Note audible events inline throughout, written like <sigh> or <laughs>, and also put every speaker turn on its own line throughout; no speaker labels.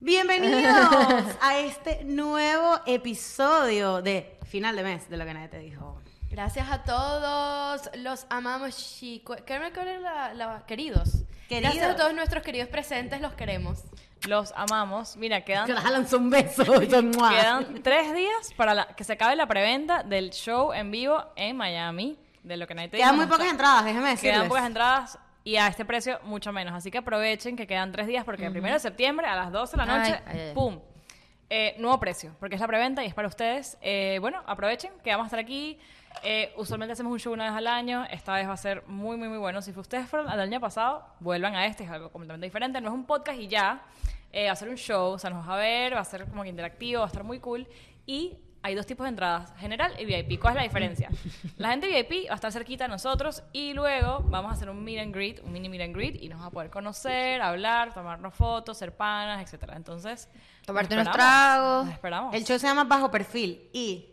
Bienvenidos
<laughs>
a este nuevo episodio de final de mes de lo que nadie te dijo.
Gracias a todos, los amamos chicos. ¿Qué me acuerdo la, la- queridos?
Queridos.
Gracias a todos nuestros queridos presentes, los queremos.
Los amamos. Mira, quedan,
Que las lanzó un beso. <laughs> y son mua.
quedan tres días para la- que se acabe la preventa del show en vivo en Miami. De lo que nadie te
Quedan
dijo.
muy pocas entradas, déjame decirles.
Quedan pocas entradas y a este precio mucho menos. Así que aprovechen que quedan tres días porque el primero de septiembre a las 12 de la noche,
Ay, ay, ay.
¡pum! Eh, nuevo precio, porque es la preventa y es para ustedes. Eh, bueno, aprovechen que vamos a estar aquí. Eh, usualmente hacemos un show una vez al año. Esta vez va a ser muy, muy, muy bueno. Si ustedes fueron al año pasado, vuelvan a este. Es algo completamente diferente. No es un podcast y ya. Eh, va a ser un show. O sea, nos va a ver. Va a ser como que interactivo. Va a estar muy cool. Y hay dos tipos de entradas, general y VIP. ¿Cuál es la diferencia? La gente VIP va a estar cerquita de nosotros y luego vamos a hacer un meet and greet, un mini meet and greet y nos va a poder conocer, hablar, tomarnos fotos, ser panas, etcétera. Entonces,
Tomarte
nos
unos
esperamos,
tragos.
Nos esperamos.
El show se llama Bajo Perfil y...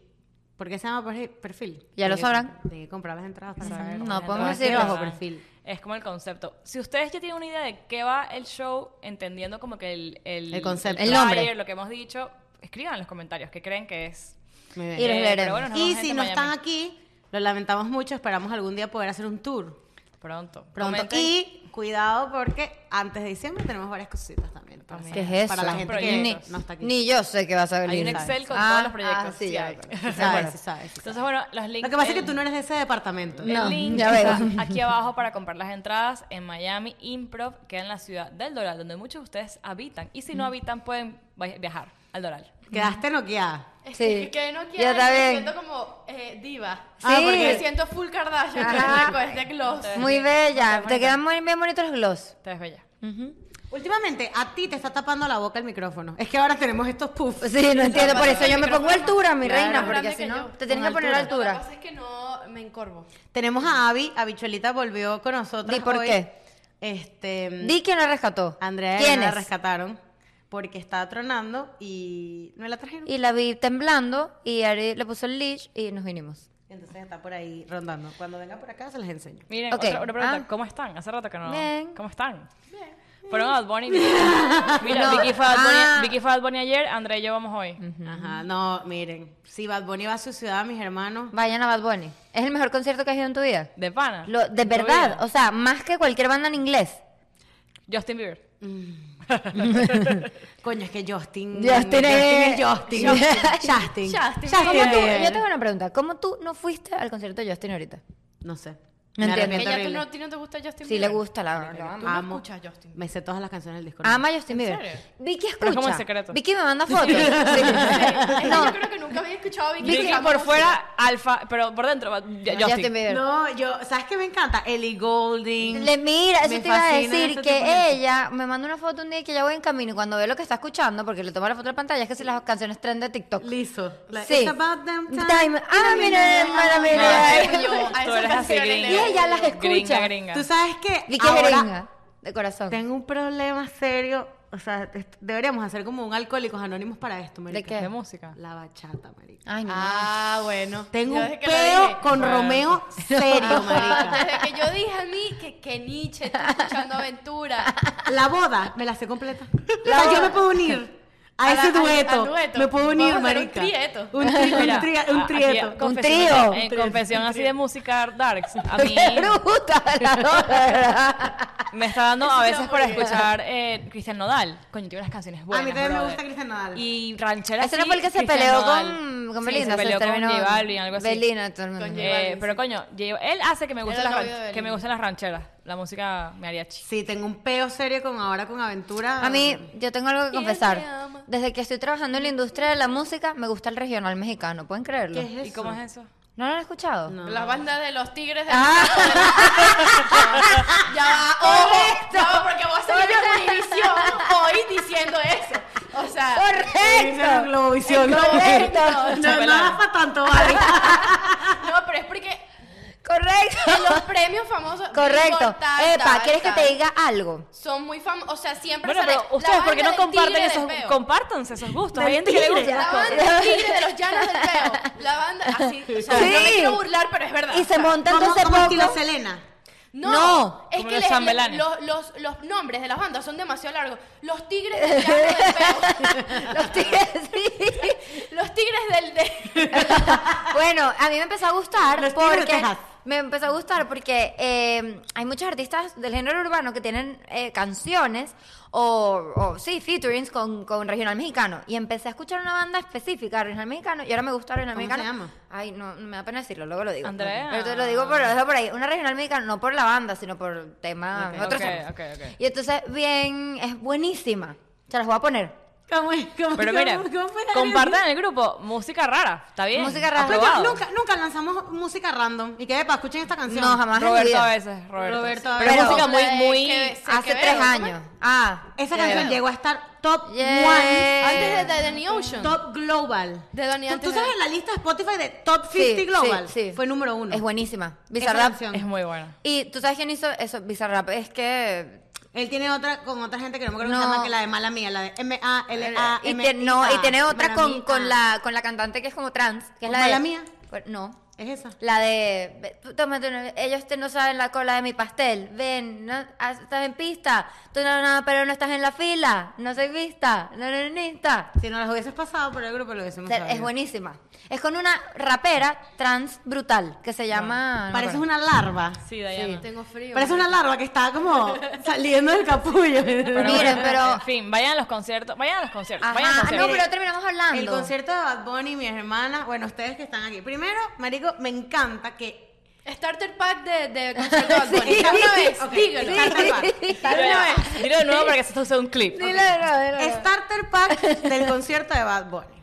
¿Por qué se llama Bajo Perfil?
Ya
Tienen
lo
que-
sabrán.
Tienen que comprar las entradas para saber.
No,
Exacto.
podemos
Es que
decir
bajo
bajo
perfil.
Es como el concepto. Si ustedes ya tienen una idea de qué va el show, entendiendo como que el el,
El concepto.
El nombre.
flyer, lo que hemos dicho, escriban en los comentarios qué creen que es.
Muy bien.
Y los
Eh,
leeremos.
pero bueno, nos
Y
vemos
si
en
no
Miami.
están aquí, lo lamentamos mucho. Esperamos algún día poder hacer un tour.
pronto.
Pronto.
Comenten.
Y cuidado porque antes de diciembre tenemos varias cositas también. para
También.
¿Qué
hacer.
es eso?
Para la gente que
Proyectos.
no está aquí.
Ni, ni yo sé qué vas a ver.
Hay un
Lina.
Excel con
Ah,
todos los proyectos.
ah, sí,
Sí
ya
hay.
me
Sí
acuerdo. Sí, bueno.
sabes, sí sabes, sí sabes.
Entonces, bueno, los links.
Lo que pasa es que
el-
tú no eres de ese departamento.
El
No,
link
ya veo.
está aquí abajo para comprar las entradas en Miami Improv, que es en la ciudad del Doral, donde muchos de ustedes habitan. Y
Mm.
si no habitan, pueden vai- viajar al Doral.
Quedaste noqueada.
Es
Sí.
que no
Yo
quiero, me
también.
siento como eh, diva.
Ah,
Sí.
porque-
Me siento full Kardashian
Ajá.
con este gloss.
Muy bella. Te
bonita.
quedan muy bien bonitos los gloss.
Te ves bella.
Mm.
Últimamente, a ti te está tapando la boca el micrófono. Es que ahora tenemos estos puffs.
Sí, no entiendo. Por eso yo me pongo
micrófono.
altura, mi
Claro,
reina,
más
porque
grande
si
que
no,
yo.
te tienes
Con
que poner
Lo que
altura.
pasa es que no me encorvo.
Tenemos a Abby. Habichuelita volvió con nosotros.
Di por
hoy.
qué.
Este.
Di quién la rescató.
Andrea y
¿Quién
Ana la
es?
rescataron porque estaba tronando y no la trajeron.
Y la vi temblando y Ari le puso el leash y nos vinimos.
Entonces está por ahí rondando. Cuando venga por acá se las enseño.
Miren,
Ok.
otra, otra pregunta.
Ah.
¿Cómo están? Hace rato que no.
Bien.
¿Cómo están? Bien. Fueron a Bad
<laughs>
Bunny. Mira, Vicky, fue a Bad Bunny,
Ah. Mm.
Vicky fue a Bad Bunny ayer, Andrea y yo vamos hoy.
Ajá, no, miren. Si Bad Bunny va a su ciudad, mis hermanos.
Vayan a Bad Bunny. Es el mejor concierto que has ido en tu vida.
De pana.
Lo- de
Tu
verdad,
vida.
o sea, más que cualquier banda en inglés.
Justin Bieber.
Coño, es que Justin.
Justin es-
Justin. Justin. Justin.
Justin
¿Cómo tú-
Bieber.
yo tengo una pregunta. ¿Cómo tú no fuiste al concierto de Justin ahorita?
No sé.
No
me
entiendo.
arrepiento
Ella, tú
horrible.
no, a ti no te gusta Justin
Sí, le
Bieber?
gusta, la, lo
Tú
ama.
no
Amo.
escuchas a Justin Bieber.
Me sé todas las canciones del disco.
Ama a Justin
¿En
Ah, Bieber.
serio?
Vicky escucha.
Pero es como en secreto.
Vicky me manda fotos. Sí.
Es que
<laughs> <laughs> No,
Yo creo que nunca había escuchado a Vicky.
Vicky
Vicky
por fuera, alfa, pero por dentro, Bad- Justin.
Justin Bieber.
No, yo, ¿sabes qué me encanta? Ellie Golding.
Le mira, eso
Me
te iba a
fascinan
decir
ese
que
tipo de-
ella me mandó una foto un día que ya voy en camino y cuando ve lo que está escuchando, porque le toma la foto de la pantalla, es que si las canciones trend de TikTok.
Liso. Like,
Sí.
It's about them time.
Time. Ah, mira, mira, <laughs>
Ah,
mira.
a
Tú
esas
eres así,
canciones le
Y ella las
Gringa,
escucha.
gringa.
Tú sabes que
Vicky es
ahora
gringa, de corazón.
tengo un problema serio. O sea, est- deberíamos hacer como un alcohólicos anónimos para esto, marica.
¿De qué?
De música.
La bachata, marica.
Ay, no.
Ah, bueno.
Tengo
Yo
un
desde que lo
peo
dije.
con
Bueno.
Romeo
<laughs>
serio,
Ah,
marica.
Desde que yo dije a mí que, que Nietzsche está escuchando aventura.
La boda me la sé completa.
La
o sea, yo
boda.
me puedo unir a,
A la-
ese
al-
dueto.
al dueto.
Me puedo unir,
Vamos a hacer un
marica.
trieto.
Un, tri- un,
Mira,
tri-
a-
un
aquí,
trieto.
con- Un
confesión-
trío.
eh, confesión así de música darks.
<laughs>
A mí
<laughs> ¡Qué bruta la dos, ¿verdad?
me está dando a veces por
horrible.
escuchar eh, Cristian Nodal. Coño, tiene unas canciones buenas.
a mí también me
brother.
gusta Cristian Nadal.
Y ranchera.
Ese
sí,
no fue el que se
Cristian
peleó
Nodal.
con, con
Sí,
Belinda.
se peleó con
terminó-
J Balvin, algo así.
Belinda, todo el mundo.
Con J
Eh,
Balvin,
pero
sí.
coño, J- él hace que me, gusten
Era
las
el novio
ran-
de
que me
Belinda.
gusten las rancheras, la música
<laughs>
mariachi.
Sí, tengo un peo serio con ahora con Aventura.
A mí, yo tengo algo que
¿Quién te
confesar.
ama?
Desde que estoy trabajando en la industria de la música, me gusta el regional mexicano. ¿Pueden creerlo?
¿Qué es eso?
¿Y cómo es eso?
¿No lo han escuchado?
No.
La banda de los tigres de Ya va, ojo,
Correcto.
ya va, porque voy a salir en Univision hoy diciendo eso. O sea,
Dice
¡Correcto!
Globovisión. No, <laughs>
Correcto.
<laughs>
no, no, para tanto, vale.
no, pero es porque en los
¡Correcto!
premios famosos.
Correcto.
Billboard, tal,
Epa,
tal,
¿quieres que
tal,
te diga algo?
Son muy famosos, o sea, siempre
Bueno,
sale
pero
la
ustedes, ¿por qué no
banda del
comparten
tigre del
esos,
peo.
compártanse esos gustos?
Del
Hay gente que le
tigre.
gusta
La
esas
banda
cosas.
del tigre de los llanos del peo. La banda, así, o sea, no me
Sí.
quiero burlar, pero es verdad.
Y
o
se
sea,
monta
Como,
entonces
como estilo
poco.
Selena.
No,
No.
es
Como
que
los
les-
chambelanes.
los, los- los nombres de las bandas son demasiado largos. Los Tigres del Llano del
<laughs>
Peo.
Los tigres, sí.
Los Tigres del de-
Bueno, a mí me empezó a gustar
Los Tigres de
porque
Texas.
me empezó a gustar porque eh, hay muchos artistas del género urbano que tienen eh, canciones o, o, sí, featurings con, con regional mexicano y empecé a escuchar una banda específica regional mexicano y ahora me gusta regional
¿Cómo
mexicano.
se llama?
Ay, no, me da pena decirlo, luego lo digo.
Andrea.
Pero te lo digo por, lo dejo por ahí, una regional mexicana no por la banda, sino por tema,
Ok.
otros
Ok,
temas.
ok, ok.
Y entonces bien, es buenísima. Se las voy a poner.
¿Cómo es? ¿Cómo-
<laughs> Pero
cómo-
mira,
cómo fue la-
compartan en el grupo música rara, está bien.
Música rara.
Coño,
aprobado.
nunca, nunca lanzamos música random. Y que, epa, escuchen esta canción.
No, jamás en mi
Roberto
vida.
a veces, Roberto.
Roberto a
Pero,
veces.
es música muy,
La de
muy...
que- Sí,
Hace
que
tres
veo, ¿cómo es?
años. Ah,
Esa
ya
canción
veo.
llegó a estar top
Yeah. Eh,
one,
Antes de, de Danny Ocean.
top global.
De Donny
¿Tú,
antes
tú sabes
de-
la lista de Spotify de top 50
Sí, sí,
global?
sí.
Fue número uno.
Es buenísima.
Esa
Bizarrap.
canción.
Es muy buena.
Y tú sabes quién hizo eso, Bizarrap. Es que.
Él tiene otra con otra gente que no me acuerdo
No.
cómo se llama, que la de mala mía, la de M A L A
eh, y,
M
tiene- no, y tiene otra con, con, la, con la cantante que es como trans. Que
¿Con
es la de.
Mala Mía?
Con- No.
es esa.
La de. ve- tú- tómate una- ellos te no saben la cola de mi pastel. Ven, no, ah, estás en pista. Tú no, no, pero no estás en la fila. No soy vista. No, no, no, no.
Si no las hubieses pasado por el grupo lo hubiésemos
Es
sabido.
buenísima. Es con una rapera trans brutal que se llama. no me
Pareces
acuerdo.
una larva.
Sí, Diana.
Tengo frío.
Parece una larva que está como saliendo del capullo.
Pero
Miren,
bueno,
pero-
En fin, vayan a los conciertos. Vayan a los conciertos.
Ajá.
Vayan a los
Ah, no,
conciertos.
pero terminamos hablando.
El concierto de Bad Bunny, mis hermanas, bueno, ustedes que están aquí. Primero, marico, me encanta
<laughs>
que...
Starter pack de, de concierto de Bad
Sí.
Bunny. Una
<laughs>
vez,
Ok,
dígalo.
Starter Pack.
Dilo de nuevo. Dilo de nuevo para que esto sea un clip.
Dilo de nuevo, dilo de nuevo.
Starter pack del concierto de Bad Bunny.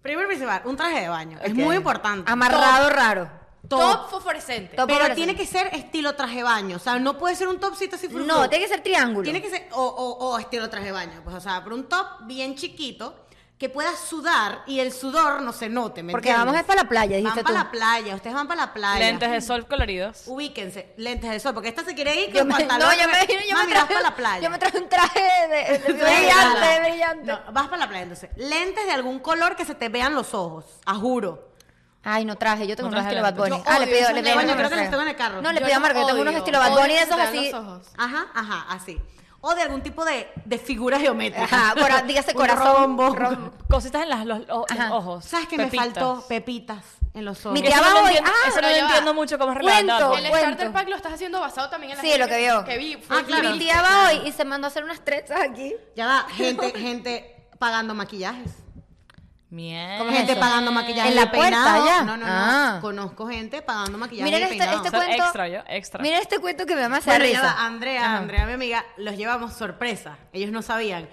Primero y principal, un traje de baño. Es
Ok.
muy importante.
Amarrado raro.
Top.
Top fosforescente.
Top.
Pero
Pobre
tiene
señor.
que ser estilo traje baño. O sea, no puede ser un topcito así frufru.
No, tiene que ser triángulo.
Tiene que ser o, o- o estilo traje baño. Pues, o sea, por un top bien chiquito que pueda sudar y el sudor no se note. ¿me
Porque
entiendes?
vamos es para la playa, dijiste
Van para
tú.
la playa, ustedes van para la playa.
Lentes de sol coloridos.
Ubíquense, lentes de sol, porque esta se quiere ir
Yo
con
me, no,
pantalones.
yo me,
Mami,
yo me
vas
traje,
para la playa.
yo me traje un traje de, de- de
Tú eres
brillante, de
galán.
brillante.
No, vas para la playa, entonces. Lentes de algún color que se te vean los ojos, a juro.
Ay, no traje, yo tengo
No
unos
traje
estilo Bad
lentes.
Yo
Bunny. Ah, le
odio
pido,
esos
le
lentes.
pido. a Marco
Yo creo que
me
los
traje.
tengo en el carro.
No, le
Yo
pido a
los
Marco, yo tengo
odio.
unos estilo Bad
Odio
Bunny de
que
esos
se vean
así.
los ojos.
Ajá, ajá, así. O de algún tipo de, de figura geométrica.
<laughs> Ajá, cora- dígase
<laughs> Un
corazón.
rombo.
rom-
Cositas en las, los, los
Ajá.
<laughs>
ojos.
¿Sabes qué
Pepitas.
me faltó? Pepitas en los ojos.
Mi
Eso
tía
no
va
lo
hoy.
entiendo-
Ah,
eso no
pero
lo
ya va.
entiendo mucho cómo es relevantado.
Cuento.
El
cuento.
starter pack lo estás haciendo basado también en la
Sí,
gente
lo que vio.
Que vi.
Ah, claro.
Mi tía va hoy y se mandó a hacer unas trenzas aquí.
Ya va, gente, gente pagando maquillajes.
Mierda.
Como
Gente pagando maquillaje
¿En la
y peinado.
puerta ya?
No, no, no.
Ah.
Conozco gente pagando maquillaje
Miren
y
este,
peinado.
este
Soy
cuento.
extra yo, extra.
Miren este cuento que me más hacer
Bueno, ya
risa.
va, Andrea,
Ajá.
Andrea, mi amiga, los llevamos sorpresa. Ellos no sabían.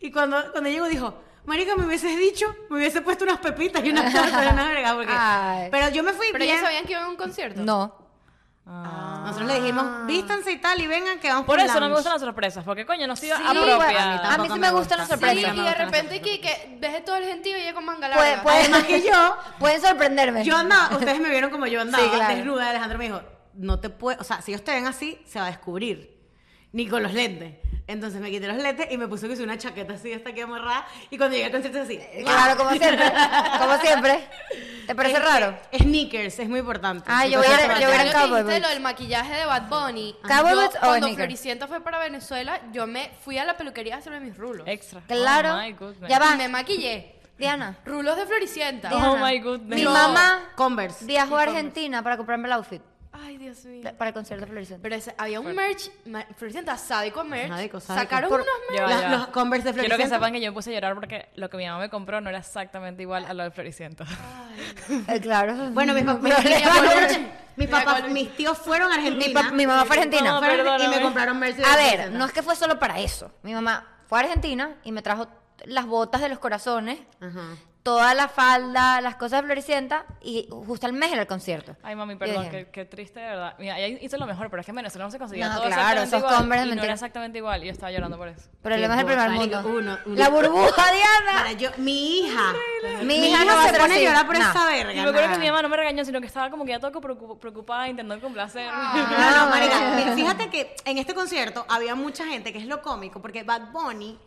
Y cuando, cuando llegó dijo, marica, me hubieses dicho, me hubiese puesto unas pepitas y unas tortas y
<laughs>
unas vergas", porque-
Ay.
Pero yo me fui
Pero
bien.
ellos sabían que iban a un concierto.
No.
Nosotros le
Ah.
dijimos, vístanse y tal, y vengan que vamos
Por
un
eso no me
lounge".
gustan las sorpresas, porque coño, no sido
Sí, bueno,
A mí
apropiada.
tampoco
a mí sí me gustan las
Sí,
sorpresa.
sorpresas.
me
y de
gustan las
repente aquí que ves de todo el gentío y llega con manga
Pueden,
larga.
Además que
<laughs>
yo,
pueden sorprenderme.
yo andaba, ustedes me vieron como yo andaba
Sí, claro.
desnuda. Alejandro me dijo, no te puedes, o sea, si ellos te ven así, se va a descubrir. Ni con los lentes. Entonces me quité los lentes y me puse que hice una chaqueta así hasta aquí amarrada. Y cuando llegué al concierto así.
Eh,
<laughs>
Claro, como siempre. Como siempre. ¿Te parece
Este,
raro?
Sneakers, es muy importante.
Ah, yo voy
Entonces,
a-
para
yo voy a
allá.
Ahora
Cowboy
que dijiste
Boots.
lo del maquillaje de Bad Bunny.
Cowboy
yo,
Boots o
cuando
sneaker.
Floricienta fue para Venezuela, yo me fui a la peluquería a hacerme mis rulos.
Extra.
Claro.
Oh my goodness.
Ya va. Eh.
Y me maquillé.
Diana.
Rulos de Floricienta.
Diana,
Oh my goodness.
Mi
No.
mamá
Converse.
viajó a Argentina para comprarme el outfit
Ay, Dios mío.
para el concierto de Floricienta.
Pero ese- había un merch, ma- Floricienta, sádico merch.
Sádico, sádico.
Sacaron
Por-
unos merch.
Ya va,
Las-
ya va.
los Converse de
Quiero que
Floricienta.
sepan que yo me puse a llorar porque lo que mi mamá me compró no era exactamente igual a lo de Floricienta.
Ah.
Eh, claro.
Bueno, mis
<laughs>
papás, mis, <laughs>
Pero-
papás- mis
Mira,
papás-
Coluche.
mis tíos fueron a
mi,
Argentina.
pa- mi mamá fue argentina.
No,
Fueron a- y me
perdóname.
compraron Mercedes.
A ver, no es que fue solo para eso. Mi mamá fue a Argentina y me trajo las botas de los corazones,
Ajá.
toda la falda, las cosas de Floricienta y justo al mes era el concierto.
Ay, mami,
Yo
perdón,
dije,
qué, qué triste, de verdad. Mira, ella hizo lo mejor, pero es que en Venezuela no se conseguía
No,
todo
claro,
exactamente
esos
igual.
hombres,
y no
mentira.
era exactamente igual, y yo estaba llorando por eso.
Problemas del
Qué
primer
guay,
mundo.
uno- uno-
La burbuja,
Para
Diana.
yo, mi hija.
Mi hija no va a
se
ser
pone
así.
a llorar por
No.
esa
Y
verga.
me acuerdo
nada.
que mi mamá no me regañó, sino que estaba como que ya todo preocup- preocupada, intentando complacer.
No, no, marica,
Ah.
mi- Fíjate que en este concierto había mucha gente, que es lo cómico, porque Bad Bunny.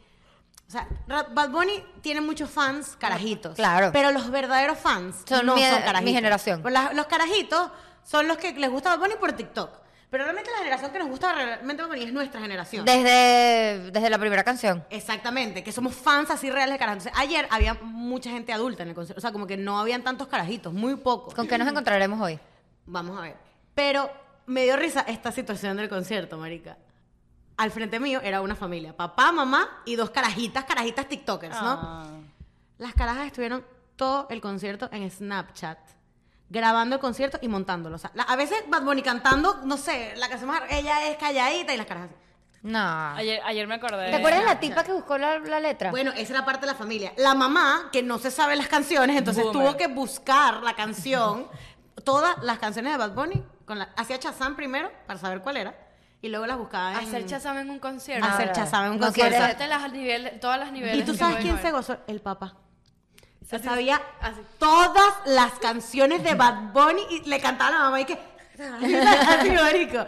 O sea, Ra- Bad Bunny tiene muchos fans carajitos.
Claro.
Pero los verdaderos fans
Son
no
mi-
son carajitos.
mi generación.
Pues las- los carajitos son los que les gusta Bad Bunny por TikTok. Pero realmente la generación que nos gusta realmente Bad Bunny es nuestra generación.
Desde, desde la primera canción.
Exactamente, que somos fans así reales de carajitos. Entonces, ayer había mucha gente adulta en el concierto. O sea, como que no habían tantos carajitos, muy pocos.
¿Con qué nos encontraremos hoy?
Vamos a ver. Pero me dio risa esta situación del concierto, marica. Al frente mío era una familia, papá, mamá y dos carajitas, carajitas TikTokers, ¿no?
Ah.
Las carajas estuvieron todo el concierto en Snapchat, grabando el concierto y montándolo. O sea, la- a veces Bad Bunny cantando, no sé, la que hacemos, ella es calladita y las carajas. así.
No.
<laughs> Ayer, ayer me acordé.
¿Te acuerdas la tipa que buscó la, la letra?
Bueno, esa era parte de la familia. La mamá, que no se sabe las canciones, entonces
Boomer.
tuvo que buscar la canción, todas las canciones de Bad Bunny, con la, hacía Chazán primero para saber cuál era, y luego las buscaba en...
Hacer chazam en un concierto.
Ah,
hacer
no,
Chazán en un
no
concierto.
quiero-
Hacerte las niveles, todas las niveles.
¿Y tú
que
sabes
puedes
quién se
mover.
gozó? El papá. Se
Así,
sabía
Ah,
así.
todas las canciones de Bad Bunny y le cantaba a la mamá y que... <laughs> Así, marico.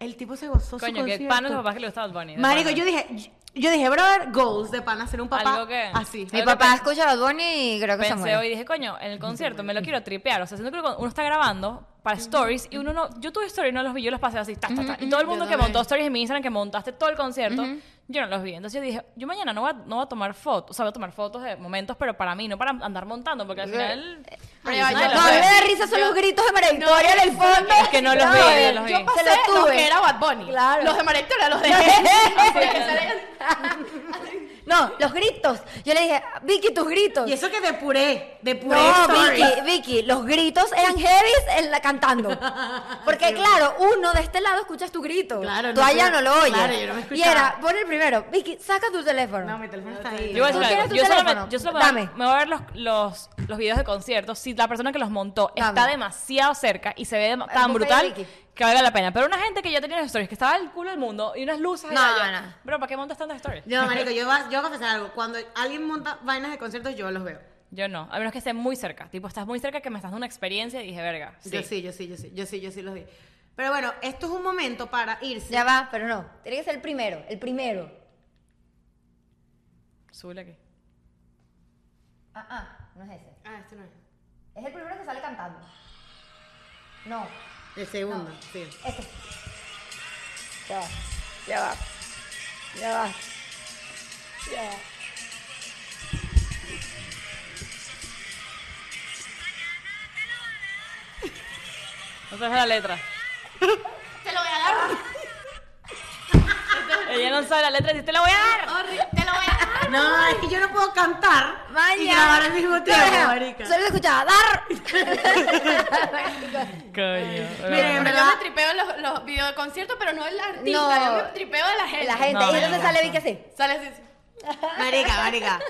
El tipo se gozó su
Coño, que
concierto.
pan a los papás que le gusta Bad Bunny. de
Marico,
pana.
yo dije... Yo dije, brother, goals de pan hacer un papá
Algo que-
así.
Mi
algo que
papá
pe-
escucha Bad Bunny y creo que se
Pensé
muere.
hoy y dije, coño, en el concierto me lo quiero tripear. O sea, siento que uno está grabando para stories y uno no. Yo tuve stories, no los vi, yo los pasé así, ta, ta, ta. Y todo el
Yo
mundo que
también.
montó stories en mi Instagram, que montaste todo el concierto, yo no los vi. Entonces yo dije, yo mañana no voy a, no voy a tomar fotos. O sea, voy a tomar fotos de momentos, pero para mí, no para andar montando, porque al final.
Pero
Ay,
ya,
no,
ya
no,
lo
No, a mí
sé.
me da risa son los gritos de María Victoria en el fondo.
Es que no los vi, no los vi.
Yo pasé
Se lo
lo
tuve.
que era Bad Bunny.
Claro.
Los de María Victoria los dejé. Así que sale-
No, los gritos. Yo le dije, Vicky, tus gritos.
Y eso que depuré, depuré
No,
stories.
Vicky, Vicky, los gritos eran heavies en la, cantando. Porque claro, uno de este lado escuchas tu grito.
Claro,
Tú
no,
allá
pero-
no lo oyes.
claro, yo no me
y
escuchaba.
era, pon el primero, Vicky, saca tu teléfono.
No, mi teléfono está ahí.
Yo voy a
¿Tú
decir
tienes
algo.
tu
Yo solo,
teléfono?
me, yo solo me voy a-
Dame.
me voy a ver los, los, los videos de conciertos si la persona que los montó está
Dame.
demasiado cerca y se ve dem-
Busca
tan
ahí,
brutal
Vicky.
que valga la pena. Pero una gente que ya tenía los stories, que estaba el culo del mundo y unas luces.
No,
allá, yo,
no.
Bro, ¿para qué montas tantas stories?
<laughs> Yo, marico, yo, va- yo voy a confesar algo. Cuando alguien monta vainas de conciertos, yo los veo.
Yo no, a menos que esté muy cerca. Tipo, estás muy cerca que me estás dando una experiencia y dije, verga. Sí.
Yo sí, yo sí, yo sí, yo sí, yo sí los vi. Pero bueno, esto es un momento para irse.
Ya va, pero no. Tiene que ser el primero, el primero.
Súbele aquí.
Ah, ah, no es ese.
Ah, este no es.
Es el primero que sale cantando. No,
El segundo, sí.
este. Ya va, ya va, ya va. Ya va.
No sabes la letra.
Te lo voy a dar.
Ella no sabe la letra y te la voy a dar.
Sorry, Te lo voy a dar.
Ah, No, es que yo no puedo cantar
Vaya.
y grabar al mismo tiempo,
No,
marica.
Solo lo
<laughs>
escuchaba dar.
Coño.
Miren, en
Pero
verdad,
yo me tripeo los, los videoconciertos, pero no el artista.
No.
Yo me tripeo de la gente.
la gente.
No,
y entonces
venga.
sale Vicky así.
Sale así. así.
Marica, marica.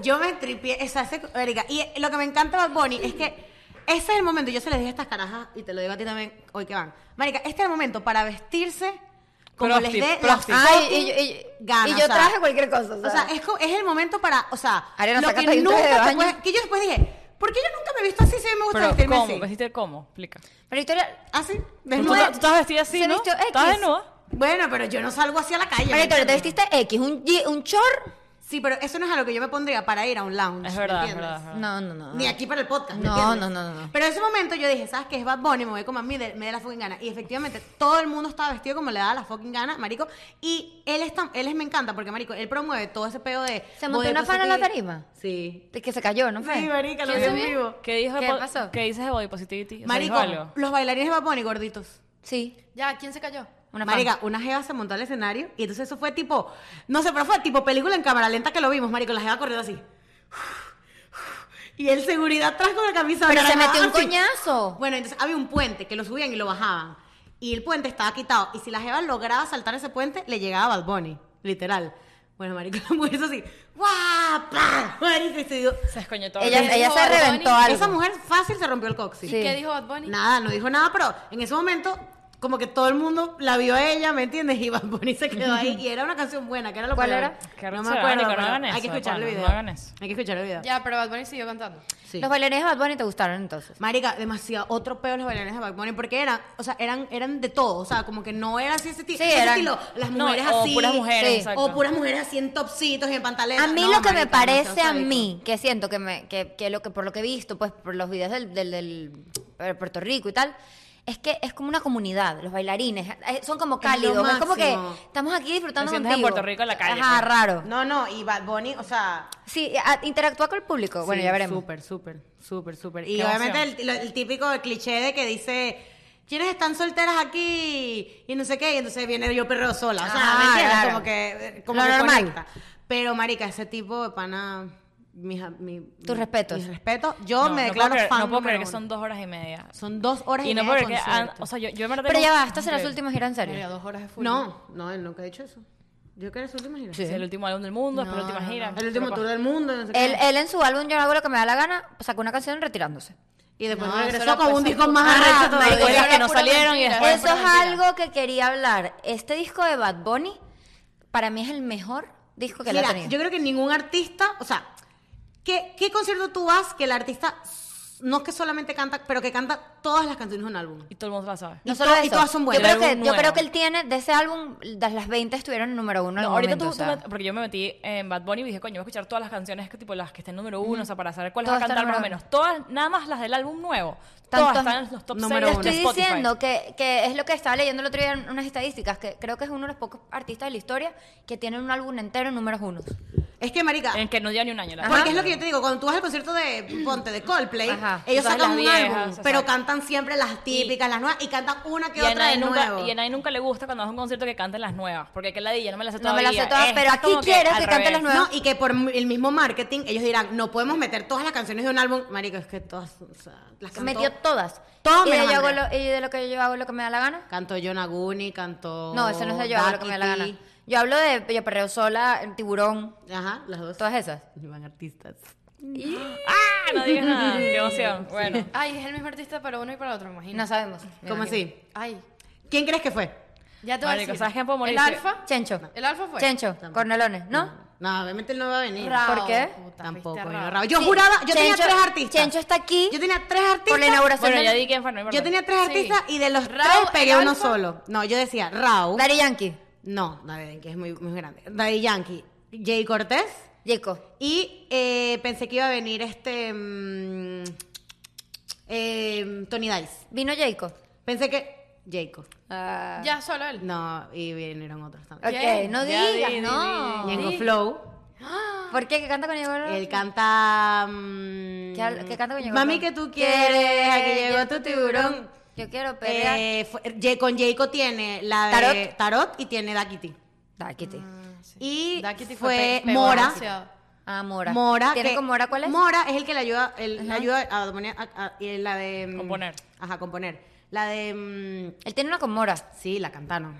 Yo me tripié. esa- ese- marica. Y lo que me encanta de Bad Bunny es que ese es el momento. Yo se les dije a estas carajas, y te lo digo a ti también hoy que van. Marica, este es el momento para vestirse como
Prosti,
les dé
prosti.
las
Ay, y,
fucking
yo- y yo-
ganas,
y yo
o sea.
traje cualquier cosa.
O sea, es, co- es el momento para. O sea,
Ariana,
lo
sácate
que
ahí un traje de
nunca te
baño.
puedes- Que yo después dije, ¿por qué yo nunca me he visto así si a mí me gusta
Pero,
vestirme
¿cómo?
así?
¿Vestiste cómo? Explica.
Pero Victoria.
¿Así?
Tú, tú-
Desnuda.
tú estás vestida así,
Se
¿no?
vistió X.
¿Estás desnuda?
Bueno, pero yo no salgo así a la calle.
María
¿me
Victoria, te
entiendes?
vestiste X, un, ye- un short.
Sí, pero eso no es a lo que yo me pondría para ir a un lounge.
Es
¿me
verdad, es
entiendes?
verdad. es verdad.
No, no, no.
Ni aquí para el podcast. ¿me
Ah. No,
entiendes?
no, no, no, no.
Pero en ese momento yo dije, ¿sabes qué? Es Bad Bunny, me voy como a mí, de- me da la fucking gana. Y efectivamente, todo el mundo estaba vestido como le daba la fucking gana, marico. Y él es, tan- él es- me encanta porque, marico, él promueve todo ese pedo de...
¿Se montó
body
una fan en la
positive.
tarima?
Sí.
Que se cayó, ¿no fue?
Sí, marica, lo vi en vivo.
¿Qué, dijo de
¿Qué
po-
pasó?
¿Qué dices de body positivity? O sea,
Marico,
dijo algo.
los bailarines de Bad Bunny gorditos.
Sí,
Ya, ¿quién se cayó?
una fan.
Marica, una jeva se montó al escenario y entonces eso fue tipo, no sé, pero fue tipo película en cámara lenta que lo vimos, marico, la jeva corriendo así. Y el seguridad atrás con la camisa
Pero se
naranja,
metió un
así.
coñazo.
Bueno, entonces había un puente que lo subían y lo bajaban. Y el puente estaba quitado. Y si la jeva lograba saltar ese puente, le llegaba a Bad Bunny, literal. Bueno, marico, <laughs> la mujer hizo así, ¡guau! ¡pah! Marico, y se dio-
Se escoñetó.
Ella,
Dijo
ella se
Bad Bunny,
reventó algo.
Esa mujer fácil se rompió el coxis.
Sí.
¿Qué dijo Bad Bunny?
Nada, no dijo nada, pero en ese momento como que todo el mundo la vio a ella, ¿me entiendes? Y Bad Bunny se quedó
<laughs>
ahí y era una canción buena, que era lo
¿Cuál
peor.
era?
No
Qué
me
arrechera,
acuerdo,
marico, no
pero
hagan
hay
eso,
que
de
escuchar el
pana, no
video.
hagan eso.
Hay que escuchar el video.
Ya, pero Bad Bunny siguió cantando.
Sí.
Los bailarines de Bad Bunny te gustaron entonces.
Marica, demasiado otro pedo los bailarines de Bad Bunny porque eran, o sea, eran eran de todo, o sea, como que no era así ese, ti-
Sí,
ese
eran-
estilo, las
No,
mujeres
o
así,
puras mujeres,
sí,
exacto.
o puras mujeres así en topsitos y en pantaletas.
A mí
No,
lo que me
marica,
parece
demasiado
a
sádico.
mí, que siento que me, que, que lo que por lo que he visto, pues por los videos del, del- del- de Puerto Rico y tal, es que es como una comunidad, los bailarines, eh, son como cálidos, es, como que
máximo.
estamos aquí disfrutando
Te sientes en
contigo.
Puerto Rico en la calle,
Ajá,
pues.
raro.
No, no, y Bad Bunny, o sea.
Sí, a- interactúa con el público. Bueno,
sí,
ya veremos.
Súper, súper, súper, súper. Y
Qué
obviamente el, lo- el típico cliché de que dice. ¿Quiénes están solteras aquí? Y no sé qué, y entonces viene yo perro sola. O sea,
Ah,
¿me entiendes?
claro.
Como que. eh, Como
Lo
que
normal.
conecta. Pero, marica, ese tipo de pana. Mis, a- mi-
Tus respetos.
Mis respetos. Yo me
puedo
declaro
creer,
fan.
no puedo
número
creer que son
uno.
dos horas y media.
Son dos horas y,
Y no puedo
media.
creer que.
de
han-
concierto.
o sea, yo, yo en verdad
Pero
tengo-
ya va, estas serán las
Increíble.
últimas giras en
Mira,
serio.
dos horas de full.
No, no, él nunca ha dicho eso. Yo creo que es su última gira.
Es el último álbum del mundo, es la última gira.
El último
Pero
tour del mundo. No sé
Él,
qué.
él en su álbum Yo no hago lo que me da la gana, pues, sacó una canción retirándose.
y después
No, eso
regresó
era
con un
pues-
disco más
Ajá,
arrecho
marico,
todavía.
ya que no
Pura
salieron y
mentira.
después.
Eso
fuera
es
mentira.
algo que quería hablar. Este disco de Bad Bunny, para mí es el mejor disco que él ha
Mira,
tenido.
yo creo que ningún artista, o sea, ¿qué, qué concierto tú vas que el artista s- no es que solamente canta, pero que canta todas las canciones de un álbum?
Y todo el mundo la sabe.
no
y
solo
to- y
eso,
todas son buenas.
Yo creo,
El
que,
álbum
yo
nuevo.
creo que él tiene, de ese álbum, las las 20 estuvieron número uno. en
No,
algún
ahorita
momento,
tú,
o
tú
sea.
me- porque yo me metí en Bad Bunny y dije, coño, voy a escuchar todas las canciones que tipo las que estén número uno, o sea, para saber cuáles va a
Todas están
cantar más o
número
menos. Todas, nada más las del álbum nuevo.
Tanto-
todas están en los top
número
número
uno.
de
Estoy
Spotify.
diciendo que, que es lo que estaba leyendo el otro día en unas estadísticas, que creo que es uno de los pocos artistas de la historia que tienen un álbum entero en números unos.
Es que, marica,
En que no lleva ni un año. La
porque
verdad.
es lo que yo te digo, cuando tú vas al concierto de, ponte, de Coldplay,
Ajá.
ellos
Todas
sacan un
las viejas,
álbum,
exacto.
pero cantan siempre las típicas, las nuevas, y cantan una que
y, a
otra de
nadie nunca,
nuevo.
y a nadie nunca le gusta cuando vas a un concierto que canten las nuevas. Porque que ladilla, no me las sé
No me
todavía.
las sé todas,
Esta
pero
es
aquí
como
quiero
al
que canten
revés.
las nuevas.
No, y que por m- el mismo marketing ellos dirán, no podemos meter todas las canciones de un álbum. Marico, es que todas, o sea, las cantó.
Metió todas.
Todas
y, de
menos
yo hago
Andrea.
lo- y de lo que yo hago lo que me da la gana.
Cantó Yonaguni, cantó...
No, eso no es de yo hago lo que me da la gana.
Daquiti.
Yo hablo de Yo Perreo Sola, el Tiburón,
Ajá, las dos.
todas esas.
Van artistas.
Ah, no digas nada. Qué emoción. Bueno.
Ay, es el mismo artista para uno y para otro, me imagino.
No sabemos.
<laughs> ¿Cómo así?
Ay,
¿Quién crees que fue?
ya te voy a
Marico,
decir.
¿sabes quién puede morir?
¿El alfa?
Chencho.
¿El alfa fue?
Chencho, Cornelones, ¿no?
No, obviamente él no va a venir.
Rao,
¿Por qué?
puta,
Tampoco.
fuiste
vino
Rao.
Rao. Yo
Sí,
juraba, yo tenía
Chencho-
tres artistas.
Chencho está aquí
Yo tenía tres artistas.
por la inauguración
Bueno,
del-
ya di quién fue. No importa.
Yo tenía tres
Sí.
artistas y de los
Rao,
tres pegué
el
uno
Alfa.
solo. No, yo decía Rau.
Daddy Yankee,
No, Daddy Yankee es muy, muy grande. Daddy Yankee, Jay Cortés.
Jaco.
Y eh, pensé que iba a venir este. mm, eh, Tony Dice.
Vino Jaco.
Pensé que. Jacob. Ah.
Ya, solo él.
No, y vinieron otros también.
ok,
Bien,
no
ya
digas,
di, di,
no.
Ñengo
sí.
Flow.
¿Por qué? ¿Qué canta con Diego?
Él canta. mm,
¿Qué habla- qué canta con Ñengo
Mami,
Flow?
que tú quieres. Aquí llegó tu tiburón.
Yo quiero pelear.
Eh, fue- Ye- con Jayco tiene la de Tarot, y tiene Daquiti.
Da, Kitty.
Y
Daquiti
fue
pe- pegó
Mora.
demasiado.
Ah, Mora.
Mora.
¿Tiene
que-
con Mora cuál es?
Mora es el que le ayuda, el- le ayuda a, poner- a- a- y la de... mm,
Componer.
Ajá, componer. La de... mm,
Él tiene una con Mora.
sí, la cantaron.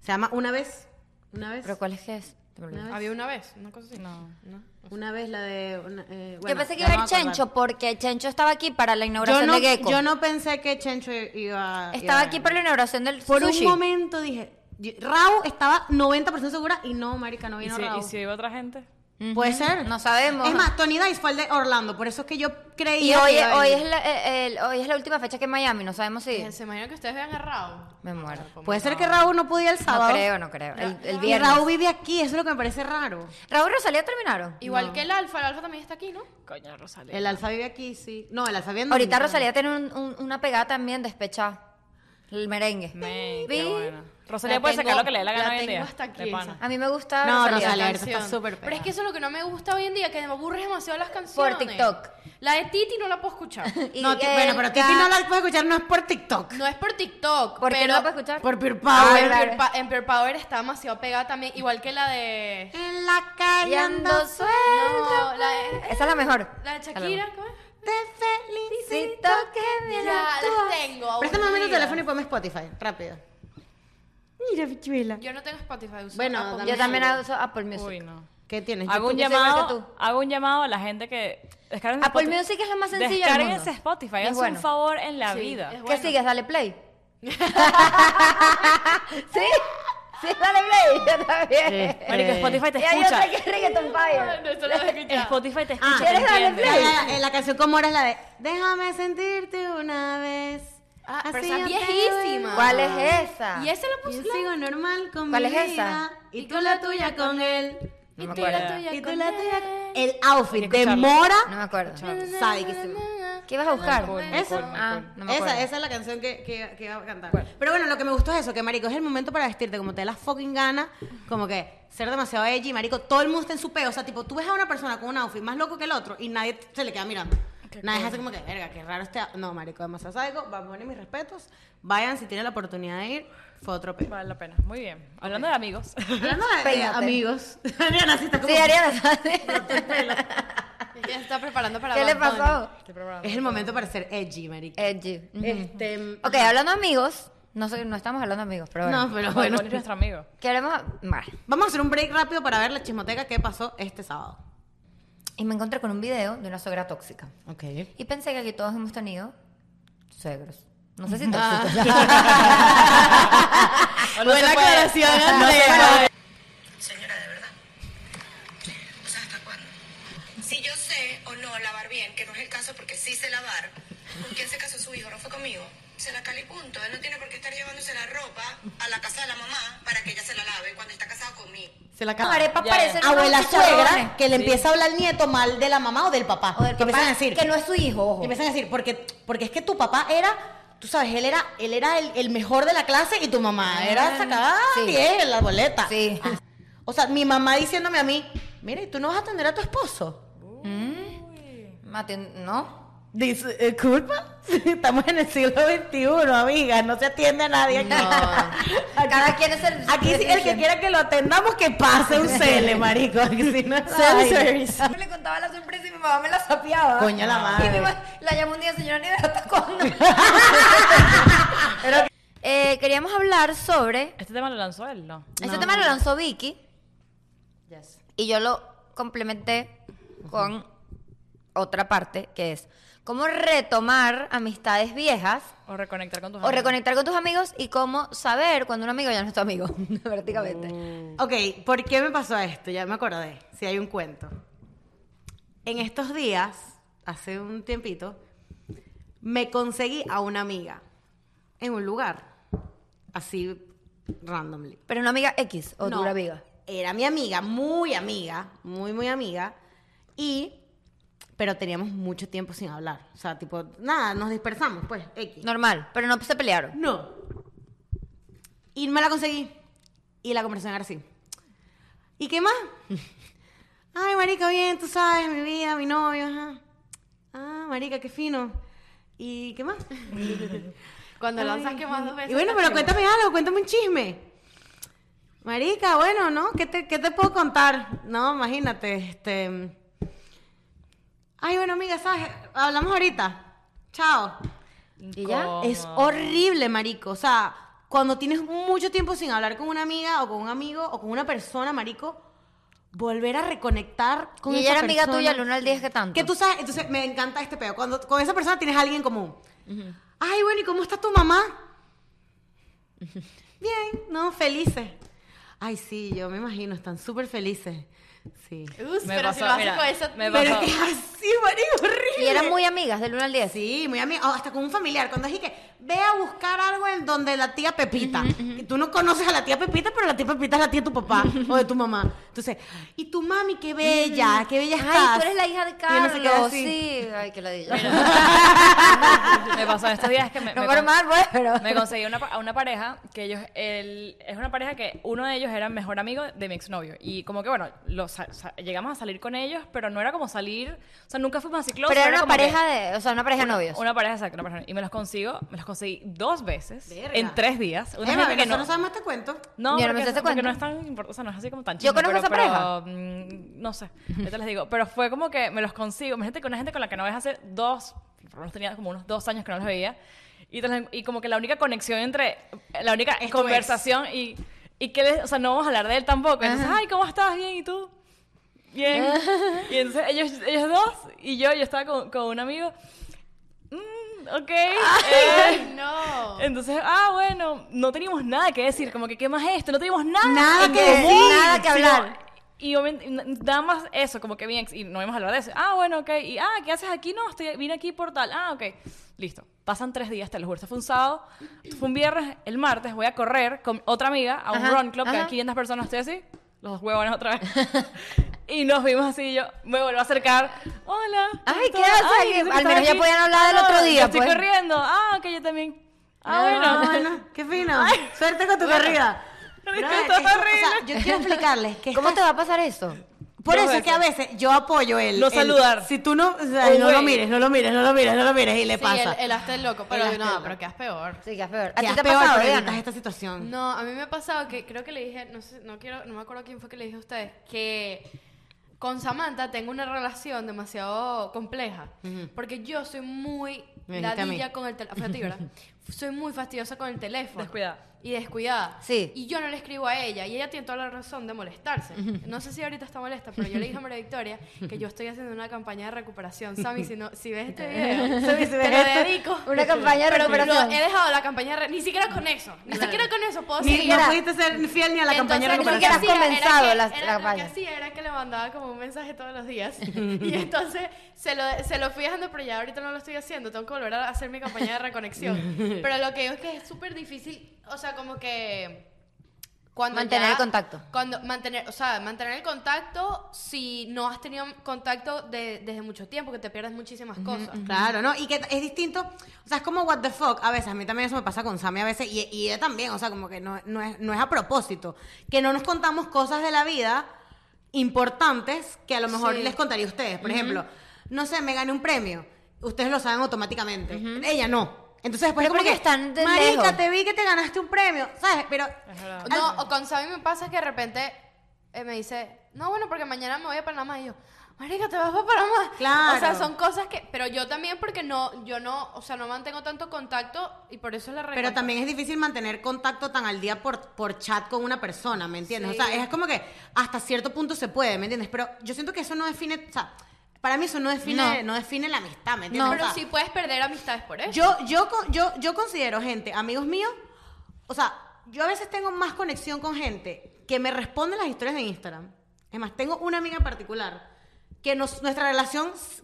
Se llama Una vez. Una vez.
¿Pero cuál es que es?
Una vez.
Había una vez, una cosa así. No.
Una vez la de... una- eh,
Yo
bueno,
pensé que
ya
iba a ir
no me acuerdo.
Chencho porque Chencho estaba aquí para la
Yo
inauguración
no,
de Gecko.
yo no pensé que Chencho iba...
Estaba
iba a
aquí
venir.
para la inauguración del
Por
sushi.
un momento dije, yo- Rau estaba 90% segura y no, marica, no
¿Y
vino
si,
Rau.
¿Y si iba otra gente?
Ujú.
Puede ser.
No sabemos.
Es más, Tony Dice fue el de Orlando, por eso es que yo creía
y hoy,
que iba a
hoy,
venir.
es la, eh, el- hoy es la última fecha que en Miami, no sabemos si...
Se imagina que ustedes vean a Rao.
Me muero.
Puede ser que Raúl no pudiera el
No
sábado.
creo, no creo. El, el
Y
viernes.
Raúl vive aquí, eso es lo que me parece raro.
Raúl y Rosalía terminaron.
Igual que el alfa, el alfa también está aquí, ¿no?
Coño, Rosalía.
El Alfa vive aquí, sí. No, el Alfa vive en
Ahorita
Dominicana.
Rosalía tiene un- un- una pegada también despechada. El merengue.
Men,
Vi.
qué buena. Rosalía
La
puede
tengo-
sacar lo que le dé la gana
la
hoy en
tengo
día.
hasta aquí,
de pana.
esa.
A mí me gusta
No,
Rosalía.
Rosalía.
La
ahorita está
canción.
súper
Pero es
pegada.
que eso es lo que no me gusta hoy en día, que me aburre demasiado las canciones.
TikTok.
La de Titi no la puedo
<laughs>
escuchar.
Y
No, ti-
el
bueno, pero Titi
ca-
no la puede escuchar, no es por TikTok.
No es por TikTok,
¿Por qué
pero
no la puedes escuchar?
Por Pure
Ah,
Power.
Ay,
Emperor
claro.
Pa- Emperor Power está demasiado pegada también, igual que la de
En la calle ando
No, la de
Esa es la mejor.
la de Shakira, ¿cómo es?
Te felicito que bien
Ya,
actúas.
las tengo,
Préstame un minuto
aburrida.
el teléfono y ponme Spotify, rápido. Mira, bichuela.
Yo no tengo Spotify, uso Ah,
Bueno,
Apple
dame-
Yo también uso Apple Music.
Uy, no.
¿Qué tienes?
Hago un,
YouTube.
Yo soy igual que
llamado, hago un llamado a la gente que descarguen
Apple Music es la más sencilla del
Descarguense
mundo.
Spotify,
Es
es
bueno.
un favor en la
Sí,
vida.
<laughs>
es
¿Qué
bueno.
sigues? Dale play. ¿Sí? Sí, dale play. <laughs> Yo también.
Sí.
Marico,
Eh.
Spotify te
Y hay otra
escucha.
que es Reggaeton Fire.
<laughs> No, eso lo he escuchado.
Spotify te
Ah,
escucha. te
¿quieres darle
entiende.
Ya, ya, ya, eh, la canción como ahora es la de Déjame sentirte una vez.
Ah, pero
así
esa es
yo te
viejísima.
doy.
¿Cuál es esa?
Y esa la
Yo
puse la-
sigo normal con
¿Cuál
mi
es
vida.
esa?
Y tú la tuya con él.
No me
y tú la
acuerdo.
tuya
Y tú
con
la
él.
tuya. El outfit
Hay que
de
escucharlo.
Mora.
No me acuerdo.
Sadiquísimo.
<laughs> ¿Qué ibas a buscar?
Eso.
Ah, no me acuerdo.
esa, esa es la canción que, que, que iba a cantar. Pero bueno, lo que me gustó es eso, que marico, es el momento para vestirte como te dé la fucking gana, como que ser demasiado edgy, marico, todo el mundo está en su peo, o sea, tipo, tú ves a una persona con un outfit más loco que el otro y nadie se le queda mirando. Nadie hace como que, verga, qué raro este... out-". No, marico, demasiado sádico, va a poner mis respetos, vayan si tienen la oportunidad de ir, fue otro peo.
Vale la pena. Muy bien. Hablando de amigos.
<laughs>
Hablando de- de,
Peínate.
amigos, <laughs> Ariana sí está como... <laughs>
Sí, Ariana ¿sabes?
Ella está preparando para
<laughs> ¿Qué le
Bad Bunny.
pasó?
Es el momento para ser edgy, marico.
Edgy. Eh, Ujú.
Este...
Ok, hablando de amigos. No, soy, no estamos hablando de amigos, pero bueno.
No, pero
Ah, Bueno,
bueno.
¿cuál es nuestro amigo?
Queremos... Bueno.
Vamos a hacer un break rápido para ver la chismoteca que pasó este sábado.
Y me encontré con un video de una suegra tóxica.
Ok.
Y pensé que aquí todos hemos tenido suegros. No sé si
Ah. <laughs>
tóxicos.
O no se puede. No se puede.
Señora, de verdad. O sea, ¿hasta cuándo? Si yo sé o no lavar bien, que no es el caso porque sí sé lavar, ¿con quién se casó su hijo? ¿No fue conmigo? Se la cala y punto. Él no tiene por qué estar llevándose la ropa a la casa de la mamá para que ella se la lave cuando está casado conmigo.
Se la
No,
acaba.
arepa
Ya,
parece
ya.
unos
Abuela
chicharrones.
suegra que le empieza a hablar al nieto mal de la mamá o del papá.
O del
que
papá,
empiezan a decir.
que no es su hijo,
que
ojo.
empiezan a decir, porque, porque es que tu papá era, tú sabes, él era, él era el, el mejor de la clase y tu mamá era sacada
sí.
10 en la boleta.
Sí.
Ah. O sea, mi mamá diciéndome a mí, mira, ¿y tú no vas a atender a tu esposo?
Mate, no.
Dice, eh, ¿culpa? <laughs> Estamos en el siglo XXI, amiga, no se atiende a nadie. aquí.
<laughs> Cada quien es el...
Aquí sí, el que quiera que lo atendamos, que pase un <laughs> cele, marico. Aquí sí no es service.
Yo le contaba la sorpresa y mi mamá me la sapeaba.
Coño, la madre.
Y mi mamá la llamó un día, señora Nive, ¿hasta
<laughs>
cuándo? <laughs> Eh, queríamos hablar sobre...
Este tema lo lanzó él, ¿no?
Este tema lo lanzó Vicky. Y yo lo complementé con otra parte, que es cómo retomar amistades viejas
O reconectar con tus
o
amigos.
reconectar con tus amigos y cómo saber cuando un amigo ya no es tu amigo, <laughs> prácticamente.
Ok, ¿por qué me pasó esto? Ya me acordé, si hay un cuento. En estos días, hace un tiempito, me conseguí a una amiga en un lugar, así randomly.
Pero una amiga X o
No,
tu amiga.
Era mi amiga, muy amiga, muy, muy amiga. Y, pero teníamos mucho tiempo sin hablar. O sea, tipo, nada, nos dispersamos, pues, X.
Normal, pero no se pelearon.
No. Y me la conseguí. Y la conversación era así. ¿Y qué más? Ay, marica, bien, tú sabes, mi vida, mi novio, ajá. Ah, marica, qué fino. ¿Y qué más?
Cuando lanzas
Ay,
quemando veces.
Y bueno, pero cuéntame algo, cuéntame un chisme. Marica, bueno, ¿no? ¿Qué te, qué te puedo contar? No, imagínate, este... Ay, bueno, amiga, ¿sabes? Hablamos ahorita. Chao.
¿Y ya?
¿Cómo?
Es horrible, marico. O sea, cuando tienes mucho tiempo sin hablar con una amiga o con un amigo o con una persona, marico, volver a reconectar con
Y
esa
ella era amiga
persona.
tuya, el 1 al 10, ¿qué tanto?
Que tú sabes, entonces me encanta este pedo. Cuando con esa persona tienes a alguien en común. Ay, bueno, ¿y cómo está tu mamá? Bien, no, felices. Ay, sí, yo me imagino, están súper felices. Sí.
Ups,
Me
pero si
pasó,
lo haces
mira,
con eso.
me
Pero
pasó.
que así, marico, horrible.
Y eran muy amigas, del 1 al 10.
Sí, muy amiga. o hasta con un familiar. Cuando dije que ve a buscar algo en donde la tía Pepita. Y tú no conoces a la tía Pepita, pero la tía Pepita es la tía de tu papá o de tu mamá. Entonces, y tu mami, qué bella, qué bella estás.
Ay, tú eres la hija de
Y uno se queda
Carlos.
así.
Sí, ay, que la <laughs> diga.
Me pasó estos días que me,
No
me
por
con-
mal, pues, pero.
me conseguí una, pa- a una pareja que ellos, el- es una pareja que uno de ellos era el mejor amigo de mi exnovio. Y como que, bueno, lo sa- sa- llegamos a salir con ellos, pero no era como salir, o sea, nunca fuimos así close.
Pero era una
como que-
pareja de. O sea, una pareja de novios.
Una pareja, exacto, una pareja. Y me los consigo, me los conseguí dos veces
Verga.
en tres días. Una
Emma,
gente
que
que no,
nosotros sabemos este cuento.
no,
Yo no me
porque,
sé ese
porque
cuento.
no es tan importante, o sea, no es así como tan
Yo conozco
pero-
esa
pero,
pareja.
mm, no sé, ahorita les digo. Pero fue como que me los consigo. Imagínate que una gente con la que no ves hace dos, por lo menos tenía como unos dos años que no los veía. Y, te las- y como que la única conexión entre, la única
Es tu
conversación y, y que, les, o sea, no vamos a hablar de él tampoco. Entonces, ay, ¿cómo estás? Bien, ¿y tú?
<laughs>
Bien. Y entonces ellos, ellos dos y yo, yo estaba con, con un amigo. Mm,
<laughs>
ok. eh,
Ay, <laughs> no.
entonces, ah, bueno, no teníamos nada que decir, como que qué más es esto, no teníamos nada,
Nada
en
que
común,
decir,
nada que
sino-
hablar.
Y obviamente, n- nada más eso, como que bien, y no íbamos a hablar de eso. Ah, bueno, ok. Y, ah, ¿qué haces aquí? No, estoy, vine aquí por tal. Ah, ok. Listo. Pasan tres días, te lo juro. Esto fue un sábado, esto fue un viernes, el martes voy a correr con otra amiga a un
Ajá,
run club, que
ajá.
hay 500 personas, estoy así, los dos huevones otra vez. <laughs> Y nos vimos así y yo me vuelvo a acercar. Hola.
Ay,
¿cómo
¿qué
estás?
haces?
yo sé que
Al
estás
menos ya
aquí.
podían hablar del
Ah, no,
otro día,
yo Estoy
pues.
corriendo. Ah, ok, yo también. Ah,
Ah,
bueno. <laughs>
bueno, qué fino. Suerte con tu corrida.
Pero
Brother,
esto es
esto- o
horrible.
sea, yo quiero explicarles que
¿Cómo te
estas-
va a pasar eso?
por
Dos
eso es que a veces yo apoyo el
No
el-
saludar.
Si tú no, o sea,
Oh,
no lo
güey.
mires, no lo mires, no lo mires, no lo mires y le
Sí,
pasa.
el, el hasta el loco,
El
pero
hazte el
no,
loco.
pero que es peor.
Sí, que es peor. ¿A
Que
ti
es
te ha
peor,
pasado,
pero
Diana?
evitas esta situación.
No, a mí me ha pasado que creo que le dije, no sé, no quiero, no me acuerdo quién fue que le dije a ustedes, que con Samantha tengo una relación demasiado compleja, porque yo soy muy
Me dijiste a mí.
ladilla con el teléfono,
<laughs>
soy muy fastidiosa con el teléfono.
Descuidada.
Y descuidada.
Sí.
Y yo no le escribo a ella, y ella tiene toda la razón de molestarse. No sé si ahorita está molesta, pero yo le dije a María Victoria que yo estoy haciendo una campaña de recuperación. Sammy, si, no, si ves este video,
Sammy, si
te
ves
lo
esto,
dedico.
Una campaña de
Pero
recuperación.
no, he dejado la campaña de re- Ni siquiera con eso. Ni siquiera con eso puedo
Ni,
seguir.
no
siquiera-
pudiste ser fiel ni a la campaña de
ni
Entonces,
recuperación.
siquiera-
lo que hacía
has comenzado
era que-
la-
era-
la
Lo
campaña.
que hacía era que le mandaba como un mensaje todos los
<laughs>
días. y entonces se lo, se lo fui dejando, pero ya ahorita no lo estoy haciendo. Tengo que volver a hacer mi campaña de
<laughs>
reconexión. pero lo que digo es que es súper difícil. O sea, como que. Cuando
Mantener
ya-
el contacto.
Cuando mantener, o sea, mantener el contacto si no has tenido contacto de- desde mucho tiempo, que te pierdes muchísimas cosas.
Claro, ¿no? Y que es distinto. O sea, es como what the fuck. A veces, a mí también eso me pasa con Sammy a veces. Y, y ella también, o sea, como que no, no, es, no es a propósito. Que no nos contamos cosas de la vida importantes que a lo mejor
Sí.
les contaría a ustedes. Por ejemplo, no sé, me gané un premio. Ustedes lo saben automáticamente. Ella no. Entonces después
Pero
es como
porque
que,
están de
marica,
lejos".
te vi que te ganaste un premio, ¿sabes? Pero
No, o con Sammy me pasa que de repente eh, me dice, no, bueno, porque mañana me voy a Panamá. Y yo, marica, te vas para Panamá.
Claro.
O sea, son cosas que... Pero yo también porque no, yo no, o sea, no mantengo tanto contacto y por eso es la
Pero
recompensa.
también es difícil mantener contacto tan al día por, por chat con una persona, ¿me entiendes? O
Sí.
sea, es como que hasta cierto punto se puede, ¿me entiendes? Pero yo siento que eso no define, o sea, para mí eso no define, no, define la amistad, ¿me entiendes?
No,
O
pero
sea,
sí puedes perder amistades por eso.
yo, yo, con- yo, yo considero gente, amigos míos, o sea, yo a veces tengo más conexión con gente que me responde las historias de Instagram. Es más, tengo una amiga en particular que nos- nuestra relación s-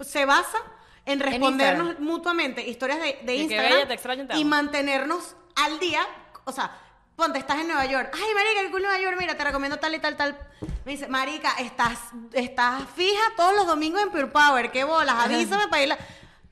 se basa en respondernos mutuamente historias de, de
que
Instagram
bella, te extraño, te
y
amo.
mantenernos al día. O sea, ponte, estás en Nueva York. Ay, marica, el cool Nueva York, mira, te recomiendo tal y tal, tal. Me dice, marica, estás, estás fija todos los domingos en Pure Power. Qué bolas, avísame para ir. la-".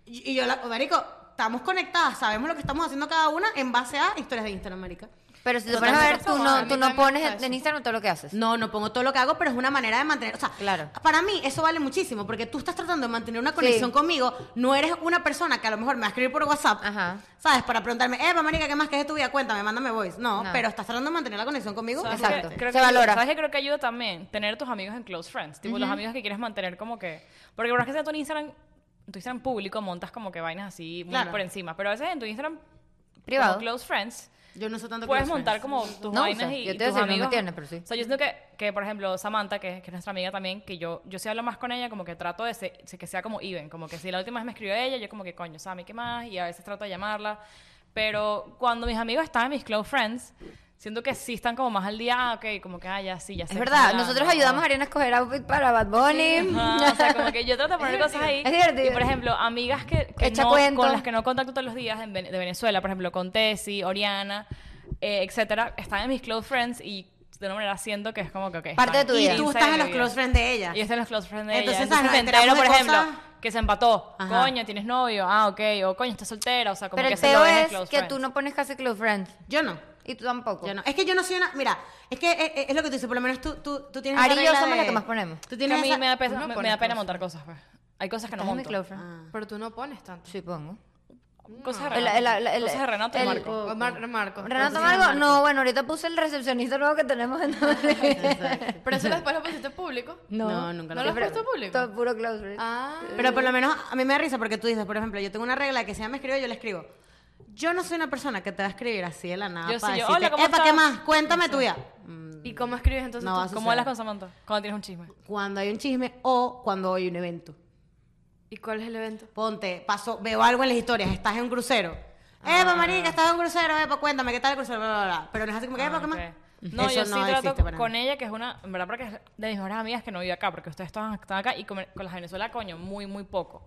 Y y yo, la- marico, estamos conectadas, sabemos lo que estamos haciendo cada una en base a historias de Instagram, marica.
Pero si te
Yo
pones a
también
ver,
lo
tú
hago, a
no,
mí
tú no
también me pasa
pones
eso.
en Instagram todo lo que haces.
No, no pongo todo lo que hago, pero es una manera de mantener. O sea,
Claro.
para mí eso vale muchísimo, porque tú estás tratando de mantener una conexión
Sí.
conmigo. No eres una persona que a lo mejor me va a escribir por WhatsApp,
Ajá.
¿sabes? Para preguntarme, eh, Marica, ¿qué más? ¿Qué es de tu vida? Cuéntame, mándame voice. No,
No.
pero estás tratando de mantener la conexión conmigo.
¿Sabes
Exacto.
qué? Creo
Se
que ayuda-
valora.
¿Sabes que creo que ayuda también? Tener tus amigos en close friends. Tipo, los amigos que quieres mantener como que... Porque por más que sea tú en Instagram, en tu Instagram público montas como que vainas así muy
Claro.
por encima. Pero a veces en tu Instagram
Privado.
como close friends...
Yo no soy tanto
Puedes
close
montar
friends.
como tus
No,
vainas
o sea,
y,
yo
y
te voy a
tus
decir, no me
amigos.
tiene, pero sí.
O sea, yo siento que, que, por ejemplo, Samantha, que, que es nuestra amiga también, que yo, yo sí hablo más con ella, como que trato de se- se- que sea como even. Como que si la última vez me escribió ella, yo como que, coño, Sammy, ¿qué más? Y a veces trato de llamarla. Pero cuando mis amigos están, mis close friends, siento que sí están como más al día, ah, ok, como que, ah, ya sí, ya sé.
Es
que
verdad,
están
nosotros
hablando,
ayudamos a Ariana a escoger outfit para Bad Bunny. <laughs>
Ajá, o sea, como que yo trato de poner cosas ahí.
Es divertido.
Y por ejemplo, amigas que, que
Echa
no-
cuento.
con las que no contacto todos los días en Vene- de Venezuela, por ejemplo, con Tessy, Oriana, eh, etcétera, están en mis close friends y de una manera siento que es como que, ok,
Parte de
están
tu vida.
Y tú
inside
estás
de
en los
mi
close
vida.
friends de ella.
Y yo estoy en los close friends de
Entonces,
ella.
ah,
Entonces
nos
me entero,
enteramos de
por ejemplo,
cosas.
que se empató.
Ajá.
Coño, tienes novio. Ah, ok. O coño, estás soltera. O sea, como
Pero
que
el
eso
peo
lo ves en
es
close
que
friends.
tú no pones casi close friends.
Yo no.
Y tú tampoco.
Yo no. Es que yo no soy una. Mira, es que eh, eh, es, lo que tú dices, por lo menos tú, tú, tú tienes.
Ari
esa
y yo
regla
somos
de-
las que más ponemos.
Tú
Que
tienes.
a mí
esa-
me da pesa-
no
me- me
pones
da pena
close
montar cosas. pues. Hay cosas que no
Estás en mi
monto. Ah.
close friend.
Ah.
Pero tú no pones tanto.
Sí, pongo.
Cosas de
El-
Renato.
el- el- el-
Cosas de Renato y
el-
Marco.
O Pues, Mar- Marco.
Renato
Entonces,
Margo, no, bueno, ahorita puse el recepcionista nuevo que tenemos en
Pero eso después lo pusiste público.
No, nunca
lo
Sí,
has
pero
puesto público.
Todo puro close friends.
Ah.
Pero por lo menos a mí me da risa porque tú dices, por ejemplo, yo tengo una regla que si ella me escribe, yo le escribo. Yo no soy una persona que te va a escribir así de la nada.
Yo
para
sí, yo,
decirte,
"Hola, ¿cómo
"Epa, ¿qué
estás?".
más? Cuéntame tu vida. Mm,
¿Y cómo escribes entonces
No,
tú?
vas a-
¿Cómo hablas con Samantha? Cuando tienes un chisme.
Cuando hay un chisme o cuando hay un evento.
¿Y cuál es el evento? <laughs>
Ponte, paso, veo algo en las historias, estás en un crucero.
Ah.
Epa, marica, estás en un crucero, epa, cuéntame, ¿qué tal el crucero? Bla, bla, bla. Pero no es así como que,
Ah,
epa, ¿qué más?
ok. No,
Eso
yo sí
existe
trato
para mí.
con ella, que es una, en verdad, porque es de mis mejores amigas que no vive acá, porque ustedes todas están acá y con, con las de Venezuela, coño, muy, muy poco.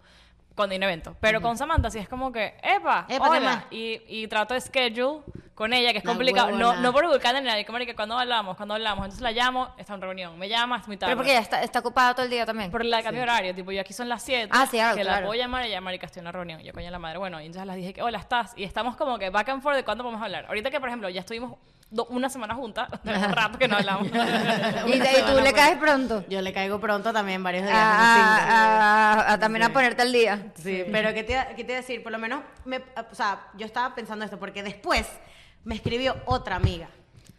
cuando hay un evento. Pero con Samantha sí es como que, ¡epa!
Epa, ¿qué más?
hola. Y, y trato de schedule con ella, que es
La
complicado. No,
huevona.
no por buscar en nadie, como que cuando hablamos, cuando hablamos. Entonces la llamo, está en reunión. Me llama, es muy tarde.
Pero porque ya está, está ocupada todo el día también.
Por la cambio de horario, tipo, yo aquí son las 7.
Ah, sí, claro,
Que
claro.
la voy a llamar y ya, marica, estoy en la reunión. Yo, coño, la madre. Bueno, y entonces las dije que, hola, estás. Y estamos como que back and forth de cuándo podemos hablar. Ahorita que, por ejemplo, ya estuvimos do- una semana juntas, <laughs> tenemos rato que no hablamos.
<laughs>
<laughs>
Y, y tú le caes pronto.
Yo le caigo pronto también varios
A,
días.
Ah,
no cinco.
ah, a- a- también a ponerte al día.
Sí, pero ¿qué te, iba- qué te iba a decir? Por lo menos, me, o sea, yo estaba pensando esto porque después me escribió otra amiga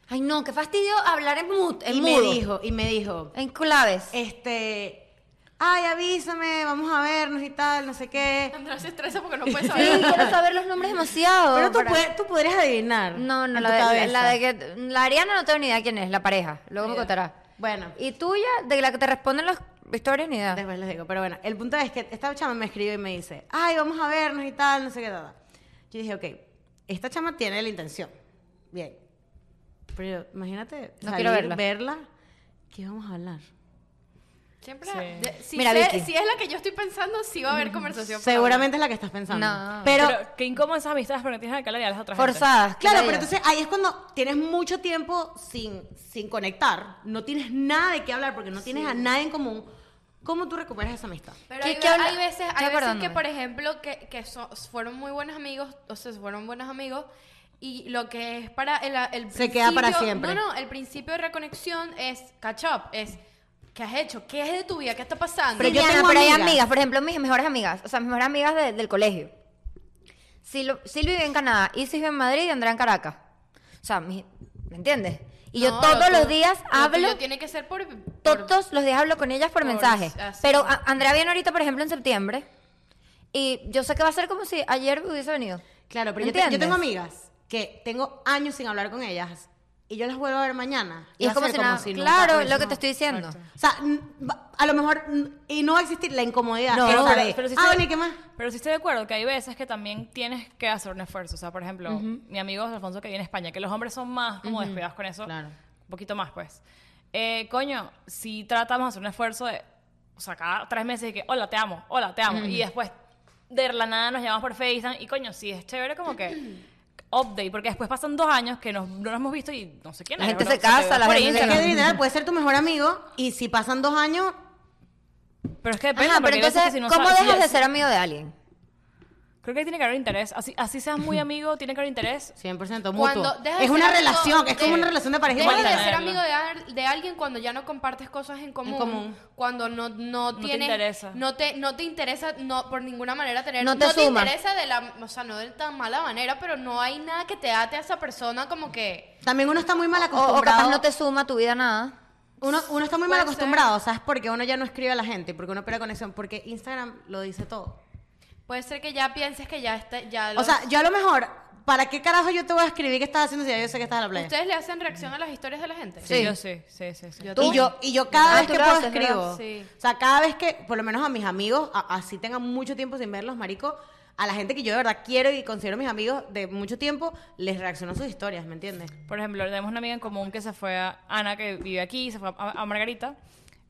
Ay, no, qué fastidio hablar en mut, en
y
mudo.
me dijo, y me dijo,
En claves.
este, ay, avísame, vamos a vernos y tal, no sé qué.
Andrés se estresa porque no puede
Sí,
saber.
quiero saber los nombres demasiado.
Pero tú,
para-
puedes- tú podrías adivinar.
No, no,
en
la
tu
de,
cabeza.
la de que. La Ariana no tengo ni idea quién es, la pareja. Luego me contará.
Bueno.
Y tuya, de la que te responden las historias, ni idea.
Después les digo, pero bueno, el punto es que esta chama me escribe y me dice, ay, vamos a vernos y tal, no sé qué, tal, tal. Yo dije, ok, esta chama tiene la intención, bien. Pero imagínate
No
salir,
quiero verla.
verla, ¿qué vamos a hablar?
Siempre.
Sí.
de- si,
Mira,
sé-
Vicky.
si es la que yo estoy pensando, sí va a haber conversación. para
Seguramente es la que estás pensando.
No.
Pero,
Pero, qué incómodo esas amistades porque tienes que calidad a las otras.
Forzadas.
claro,
qué
pero
ladilla.
entonces ahí es cuando tienes mucho tiempo sin, sin conectar, no tienes nada de qué hablar porque no tienes a nadie en común. ¿Cómo tú recuperas esa amistad?
Pero
¿Qué-
hay,
qué
ve-
habla-
hay veces,
Ya
hay veces
acordándome.
que, por ejemplo, que, que so- fueron muy buenos amigos, o sea, fueron buenos amigos, y lo que es para el, el
Se queda para
principio-
siempre.
No, no, el principio de reconexión es catch up, es ¿qué has hecho? ¿Qué es de tu vida? ¿Qué está pasando?
Pero
Sí,
yo
Diana,
tengo
pero hay
amigas.
amigas, por ejemplo, mis mejores amigas, o sea, mis mejores amigas de- del colegio. Silvio vive en Canadá, Isis vive en Madrid y Andrea en Caracas. O sea, mi- ¿me entiendes? Y yo
No,
todos
lo
los
tu-
días
lo
hablo,
tuyo tiene que ser por, por-
todos los días hablo con ellas por
por-
mensaje.
así.
Pero a- Andrea viene ahorita, por ejemplo, en septiembre. Y yo sé que va a ser como si ayer hubiese venido.
Claro, pero yo, te- yo
¿Entiendes?
tengo amigas que tengo años sin hablar con ellas y yo las vuelvo a ver mañana.
Y es
va a
como
ser
si nada.
nunca
claro,
hubiese-
lo que te estoy diciendo.
O sea, n- va- a lo mejor, n- y no va a existir la incomodidad.
No,
esa
pero-
de,
pero sí
ah,
se-
bueno, ¿y qué más?
Pero sí estoy de acuerdo que hay veces que también tienes que hacer un esfuerzo. O sea, por ejemplo, mi amigo Alfonso que viene a España, que los hombres son más como despegados con eso.
Claro.
Un poquito más, pues. Eh, coño, si tratamos de hacer un esfuerzo de, o sea, cada tres meses de que, hola, te amo, hola, te amo. Y después, de la nada, nos llamamos por FaceTime. Y coño, sí, es chévere como
<clears throat>
que... Update, porque después pasan dos años que nos- no nos hemos visto y no sé quién
La
es,
gente
¿no?
se
O sea, te
casa,
veo
la
por
gente se
Instagram.
Que
<laughs>
literal puede ser tu mejor amigo y si pasan dos años,
Pero es que depende,
Ajá, pero
porque hay veces
entonces,
que si no
¿cómo
sabes-
dejas de
sí,
ser amigo de alguien?
Creo que tiene que haber interés. Así, así seas
<laughs>
muy amigo, tiene que haber interés.
100%
Cuando
mutuo.
dejas de
Es
ser
una
amigo
relación, es como
de-
una relación de pareja
Dejas
igualita.
de ser
Tenerlo.
amigo de, al- de alguien cuando ya no compartes cosas en común.
común.
Cuando no, no,
te
tienes-
interesa.
No te, no te interesa no, por ninguna manera tener.
No te suma.
interesa de la. O sea, no de tan mala manera, pero no hay nada que te ate a esa persona como que.
También uno está muy mal
O, o
acostumbrado.
capaz no te suma a tu vida nada.
Uno, uno está muy mal
Puede ser.
acostumbrado, ¿sabes? Porque uno ya no escribe a la gente, porque uno pierde conexión, porque Instagram lo dice todo.
Puede ser que ya pienses que ya está. Ya
O
los-
sea, yo a lo mejor, ¿para qué carajo yo te voy a escribir que estás haciendo si ya yo sé que estás en la playa?
¿Ustedes le hacen reacción a las historias de la gente?
Sí.
yo sí, sí, sí. sí.
Y yo, y yo cada
Ah,
vez
tú
que
lo
puedo
haces, ¿verdad?
escribo.
Sí.
O sea, cada vez que, por lo menos a mis amigos, a- así tengan mucho tiempo sin verlos, marico, a la gente que yo de verdad quiero y considero mis amigos de mucho tiempo, les reacciono a sus historias, ¿me entiendes?
Por ejemplo, tenemos una amiga en común que se fue a Ana, que vive aquí, se fue a, a Margarita.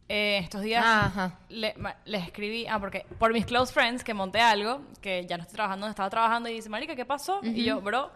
Eh, estos días
Ajá.
le, ma- le escribí, ah, porque por mis close friends que monté algo, que ya no estoy trabajando, donde estaba trabajando, y dice, Marica, ¿qué pasó? Y yo, bro,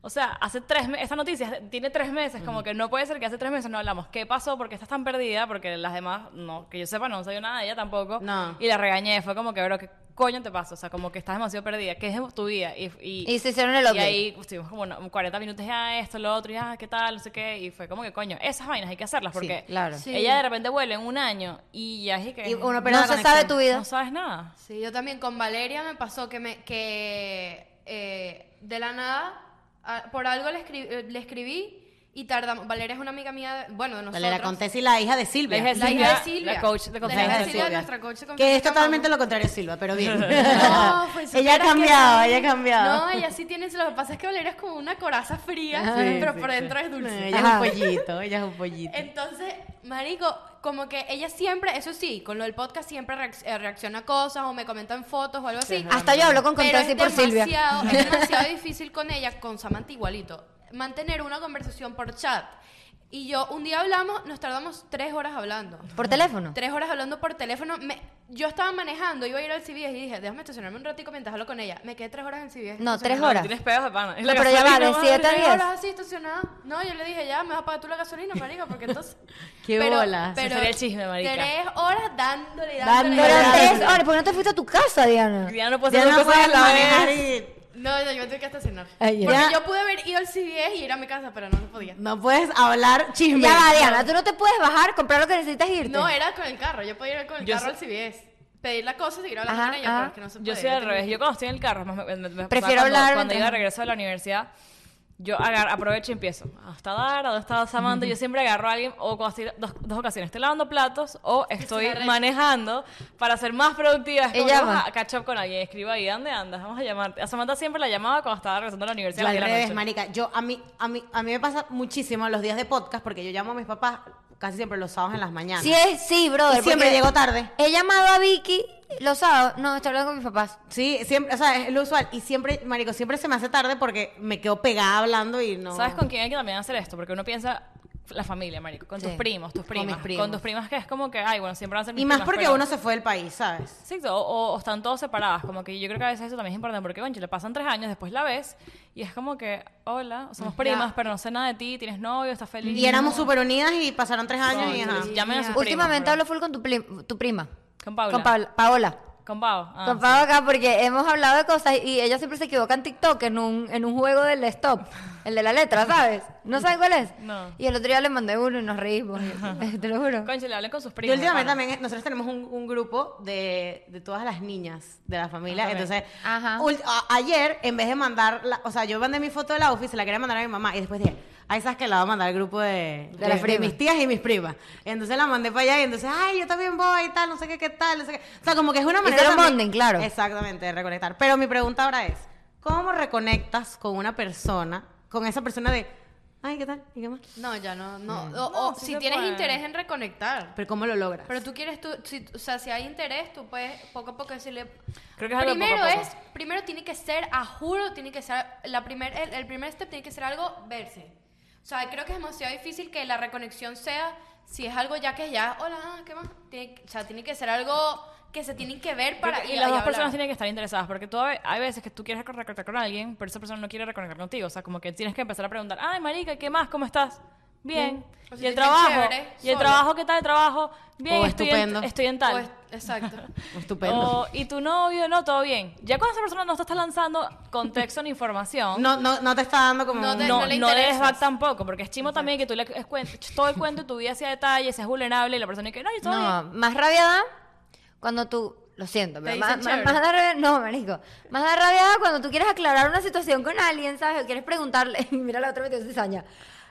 o sea, hace tres meses, esta noticia tiene tres meses, como que no puede ser que hace tres meses no hablamos. ¿Qué pasó? Porque estás tan perdida, porque las demás, no, que yo sepa, no sabía nada de ella tampoco.
No.
Y la regañé, fue como que, bro, ¿qué coño te pasa? O sea, como que estás demasiado perdida, ¿qué es tu vida? Y,
Y se hicieron el
y
update.
ahí estuvimos como no, 40 minutos ya esto, lo otro, ya qué tal, no sé qué. Y fue como que, coño, esas vainas hay que hacerlas porque
claro.
Sí.
ella de repente vuelve en un año y ya es que
Y uno pierde
No
la
se
conexión.
sabe tu vida.
no sabes nada.
Sí, yo también con Valeria me pasó que me que eh, de la nada a- por algo le, escri- eh, le escribí y tardamos. Valeria es una amiga mía, de- bueno, de nosotros.
Valeria Contesi, la hija de Silvia.
La hija
La hija de
Silvia,
Silvia.
la coach de
La hija
confianza
de
de
Silvia,
Silvia.
nuestra coach de confianza.
Que es totalmente
amamos.
lo contrario a Silva, pero bien.
No,
<laughs>
pues,
ella ha
supieras que
cambiado,
no.
ella ha cambiado.
No, ella sí tiene, lo que pasa es que Valeria es como una coraza fría, pero por dentro es dulce.
ella es un pollito, ella es un pollito.
Entonces, marico, como que ella siempre, eso sí, con lo del podcast siempre reacc- eh, reacciona a cosas o me comentan fotos o algo así.
Hasta yo hablo con
Pero
Contasi
es
por Silvia.
demasiado,
<laughs>
es demasiado difícil con ella, con Samantha igualito, mantener una conversación por chat. Y yo, un día hablamos, nos tardamos tres horas hablando.
¿Por teléfono?
Tres horas hablando por teléfono. Me- yo estaba manejando, iba a ir al CVS y dije, déjame estacionarme un ratico mientras hablo con ella. Me quedé tres horas en el CVS.
No, tres
estacionada.
horas.
Tienes pedos de pana. Es
No,
la
pero ya va,
gasolina,
de
madre.
siete a
Tres
diez.
horas así estacionada. No, yo le dije, ya, me vas a pagar tú la gasolina, marica, porque entonces...
Qué bola.
Ese sería el chisme, marica.
Tres horas dándole, dándole.
Dándole,
Pero
Tres
tres
horas.
horas, ¿por qué no te fuiste a tu casa, Diana?
Diana Pues, no puede
Ya
hacer
no
dos cosas
puedes
a la
manejar
vez.
y...
No, no, yo me tuve que estacionar.
Ay, ya.
Porque
Ya.
yo pude haber ido al CVS y ir a mi casa, pero no se podía.
No puedes hablar chisme.
Ya va, Diana, tú no te puedes bajar, comprar lo que necesitas e irte.
No,
eh,
era con el carro. Yo podía ir con el
Yo
carro
sé-
al CVS. Pedir la cosa, seguir hablando
Ajá,
con ella,
ajá.
pero es que no se puede.
Yo soy al
tenía-
revés. Yo cuando estoy en el carro, más me, me- me- me
Prefiero
pasaba cuando-
hablar
Cuando
mientras-
iba de regreso de la universidad, yo agar- aprovecho y empiezo. Ah, Hasta dar, ¿dónde está Samantha? Yo siempre agarro a alguien, o cuando estoy dos, dos ocasiones, estoy lavando platos o estoy
arrecho.
manejando para ser más productiva. Es como
Ella
que vamos
va.
a catch up con alguien. Escribo ahí, ¿dónde andas? Vamos a llamarte. A Samantha siempre la llamaba cuando estaba regresando a la universidad.
Yo
a
al
las diez de la
revés,
noche.
marica. Yo, a mí, a mí, a mí me pasa muchísimo los días de podcast porque yo llamo a mis papás casi siempre los sábados en las mañanas.
Sí, es, sí, brother.
Y siempre
porque
llego tarde.
He llamado a Vicky los sábados. No, estoy hablando con mis papás.
Sí, siempre, o sea, es lo usual. Y siempre, marico, siempre se me hace tarde porque me quedo pegada hablando y no.
¿Sabes con quién hay que también hacer esto? Porque uno piensa la familia, marico, con tus
Sí.
primos, tus primas, con,
primos.
tus primas que es como que, ay, bueno, siempre van a ser mis
Y más
primas,
porque
pero-
uno se fue del país, ¿sabes?
Sí, o, o- o están todos separadas, como que yo creo que a veces eso también es importante, porque, concha, le pasan tres años, después la ves, y es como que, hola, somos primas, pero no sé nada de ti, tienes novio, estás feliz.
Y éramos súper unidas y pasaron tres años y ajá.
Concha, Llamen a sus
Últimamente
primas,
hablo full con tu, plim- tu prima.
bro. Con Paula.
Con Paola. Paola.
Con Pau. Ah,
con Paola acá porque hemos hablado de cosas y ella siempre se equivoca en TikTok en un, en un juego del stop. El de la letra, ¿sabes? ¿No sabes cuál es?
No.
Y el otro día le mandé uno y nos
<laughs>
reímos. Te lo juro.
Concha, le hablen con sus
Yo
primas.
últimamente
pana.
también, nosotros tenemos un, un grupo de, de todas las niñas de la familia.
Ajá,
Entonces,
Ajá.
ul- a- ayer, en vez de mandar, la- o sea, yo mandé mi foto del outfit, se la quería mandar a mi mamá y después dije, a esas que la va a mandar el grupo de,
De las primas.
mis tías y mis primas. Entonces la mandé para allá y entonces, ay, yo también voy y tal, no sé qué, qué tal, no sé qué. O sea, como que es una manera.
Hicieron
también-
bonding, claro.
Exactamente, de reconectar. Pero mi pregunta ahora es, ¿cómo reconectas con una persona, con esa persona de, ay, qué tal, y qué más?
No, ya no. no. O, o
sí
si
se
tienes
puede.
interés en reconectar.
Pero ¿cómo lo logras?
Pero tú quieres, tú, si, o sea, si hay interés, tú puedes poco a poco decirle.
Creo que es algo de poco a
primero
poco.
es, primero tiene que ser, a juro, tiene que ser, la primer, el, el primer step tiene que ser algo, verse. O sea, creo que es demasiado difícil que la reconexión sea, si es algo ya que ya, hola, ah, ¿qué más? Tiene que- o sea, tiene que ser algo que se tienen que ver para.
y, las dos
hablar.
personas tienen que estar interesadas, porque tú a ve- hay veces que tú quieres recon- reconectar con alguien, pero esa persona no quiere reconectar contigo. O sea, como que tienes que empezar a preguntar, ay, marica, ¿qué más? ¿Cómo estás? Bien.
O si
¿Y el
te sientes
trabajo?
chévere,
¿Y el
sola.
trabajo? ¿Qué tal el trabajo? Bien,
O
estoy,
estupendo.
En, estoy en
O
tal.
es- Pues, exacto.
<laughs> Estupendo.
O, Oh, ¿Y tu novio? No, todo bien. Ya cuando esa persona no te está lanzando contexto ni
<laughs>
información,
No, no, no te está dando como
No
un-
te-
no,
le
no le des
interesas.
back tampoco, porque es chimo también que tú le es cuen- todo el cuento de tu vida hacia detalle, seas vulnerable y la persona que no, yo todo
No,
bien.
más rabia da cuando tú. Lo siento, pero
dicen
más, más,
chévere.
más da rabia. No, marico. Más da rabia da cuando tú quieres aclarar una situación con alguien, ¿sabes? O quieres preguntarle. <laughs> Mira la otra metió cizaña.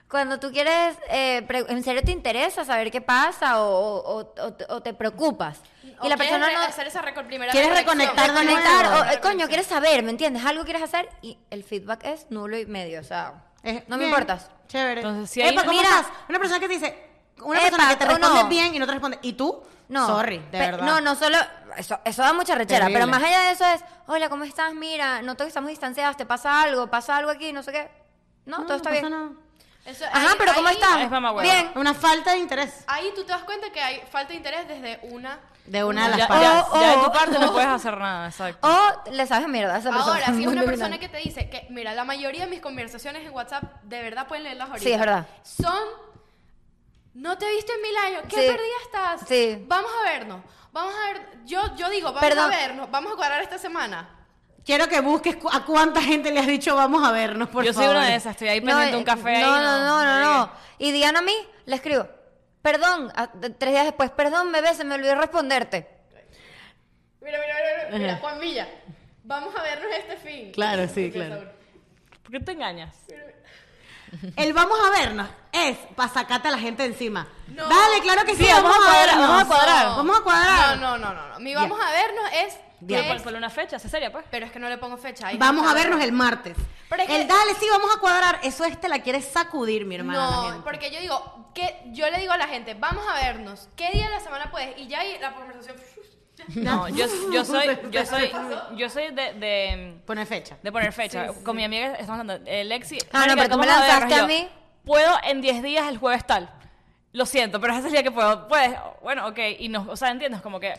Cuando tú quieres. eh, pre- en serio te interesa saber qué pasa o, o- o- o te preocupas.
O
y la
quieres
persona
re-
no.
hacer esa recon- primera
¿Quieres
reconexión.
reconectar de nuevo?
Conectar,
nuevo.
o, eh, coño, quieres saber, ¿me entiendes? Algo quieres hacer y el feedback es nulo y medio. O sea,
Es-
no me
bien,
importas.
Chévere.
Entonces, si hay
Epa,
una-
¿cómo
Mira.
estás? Una persona que te dice, una
Epa,
persona que te
o
responde
no.
bien y no te responde. ¿Y tú?
No.
Sorry, de
Pe-
verdad.
No, no solo. Eso, eso da mucha rechera.
Terrible.
Pero más allá de eso es: Hola, ¿cómo estás? Mira, noto que estamos distanciadas. ¿Te pasa algo? ¿Pasa algo aquí? No sé qué. No, todo está
pasa
bien.
nada.
Eso-
Ajá,
ahí-
pero ¿cómo
ahí-
estás?
es mamá hueva.
bien.
Una falta de interés
Ahí tú te das cuenta que hay falta de interés desde una.
de una de las
ya,
partes.
ya- ya de
Oh,
tu
oh,
parte no
oh.
puedes hacer nada, exacto.
O le sabes mierda a esa persona.
Ahora, si es
Muy
una persona
dominante.
que te dice que, mira, la mayoría de mis conversaciones en WhatsApp, de verdad pueden leerlas ahorita.
Sí, es verdad.
Son, no te he visto en mil años, qué
Sí.
perdida estás.
Sí.
Vamos a vernos, vamos a ver, yo, yo digo, vamos
Perdón.
a vernos, vamos a cuadrar esta semana.
Quiero que busques cu- a cuánta gente le has dicho vamos a vernos, por
yo soy
favor.
una de esas, estoy ahí pendiente de un
eh,
café.
No,
ahí,
no, no, no,
llegué.
no. Y Diana a mí le escribo: Perdón, a- de- tres días después, perdón, bebé, se me olvidó responderte.
Mira, mira, mira, mira, mira,
Ajá.
Juan Villa, vamos a vernos este fin.
Claro, sí,
Ok,
claro.
Saúl.
¿Por qué te engañas?
El vamos a vernos es para sacarte a la gente encima.
No.
Dale, claro que sí,
Sí, vamos a cuadrar,
vernos.
vamos a cuadrar.
No.
Vamos a cuadrar.
No, no, no, no, no. mi vamos a vernos es,
Bien.
que
Por,
es-
por una fecha, ¿se seria, pues?
pero es que no le pongo fecha. ahí
Vamos
no
a
sé.
vernos el martes.
Pero es que-
El dale, sí, vamos a cuadrar. Eso es, te la quieres sacudir, mi hermana. a la
No,
gente.
porque yo digo, que yo le digo a la gente, vamos a vernos, ¿qué día de la semana puedes? Y ya ahí la conversación... <laughs> ya.
No, yo,
<laughs>
yo soy, yo soy,
pasó?
yo soy de, de,
Pone fecha.
de poner fecha. Con mi amiga estamos hablando, eh, Lexi.
Ah, no,
Marica,
pero tú me
vamos a
lanzaste
vernos,
a
y yo,
mí.
puedo en 10 días el jueves tal. Lo siento, pero ese es el día que puedo. Pues, bueno, ok. Y no, o sea, entiendes como que.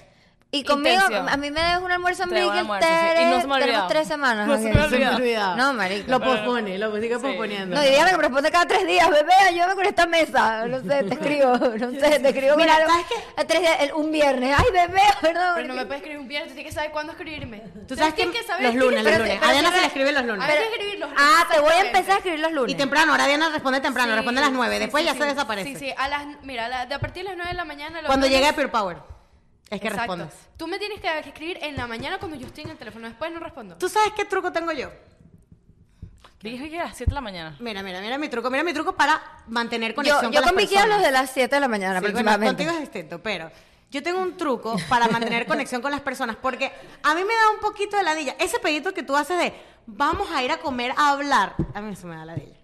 Y conmigo,
intención.
a mí me debes un almuerzo en
Te debo un
Miguel
almuerzo, sí. Y no se me ha
tenemos
olvidado.
tres semanas.
No se
ok.
me ha
Se me
olvidado.
olvida.
No, marico.
Lo pospone, lo sigue posponiendo.
No, diría que me responde cada tres días, bebé, ayúdame con esta mesa. No sé, te escribo, no sé, te escribo
Mira,
con algo.
¿sabes qué?
A tres días, el- un viernes. Ay, bebé, perdón.
Pero no me puedes escribir un viernes, tú tienes que saber cuándo escribirme.
Tú sabes que
tienes que saber
los lunes, los
pero-
lunes.
pero
A Diana
será-
se le escribe los lunes.
Hay que escribir los
Ah, te voy a empezar a
exactamente.
escribir los lunes.
Y temprano, ahora Diana responde temprano,
Sí,
responde a las 9,
sí,
después
sí,
ya
sí.
se desaparece.
Sí, sí, a las, mira, a la- de a partir de las 9 de la mañana. los
Cuando
lunes-
llega Pure Power, es que
Exacto.
respondes.
Tú me tienes que escribir en la mañana cuando yo estoy en el teléfono, después no respondo.
¿Tú sabes qué truco tengo yo?
Dije que a las 7 de la mañana.
Mira, mira, mira mi truco, mira mi truco para mantener conexión
yo
con
yo
las
con Vicky hablo
personas.
de las 7 de la mañana
Sí, bueno,
aproximadamente.
contigo es distinto, pero yo tengo un truco para mantener conexión con las personas porque a mí me da un poquito de ladilla. Ese pedito que tú haces de vamos a ir a comer a hablar, a mí eso me da ladilla.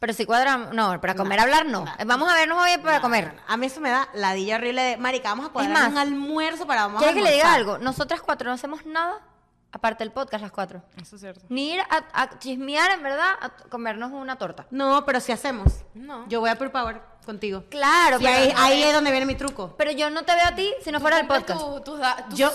Pero si cuadramos, no, para comer hablar no. Eh, Vamos a vernos hoy para comer.
A mí eso me da ladilla horrible de, marica, vamos a cuadrar
más,
un almuerzo para vamos a
¿Quieres que le diga
almorzar".
algo? Nosotras cuatro no hacemos nada aparte del podcast las cuatro.
Eso es cierto.
Ni ir a, a chismear, en verdad, a t- comernos una torta.
No, pero si hacemos.
No.
Yo voy a Pure Power contigo.
Claro,
Y
pero,
ahí, ahí es donde viene mi truco.
pero yo no te veo a ti si no
Tú
fuera del
cumples
podcast.
tu- tus da- tus-
Yo.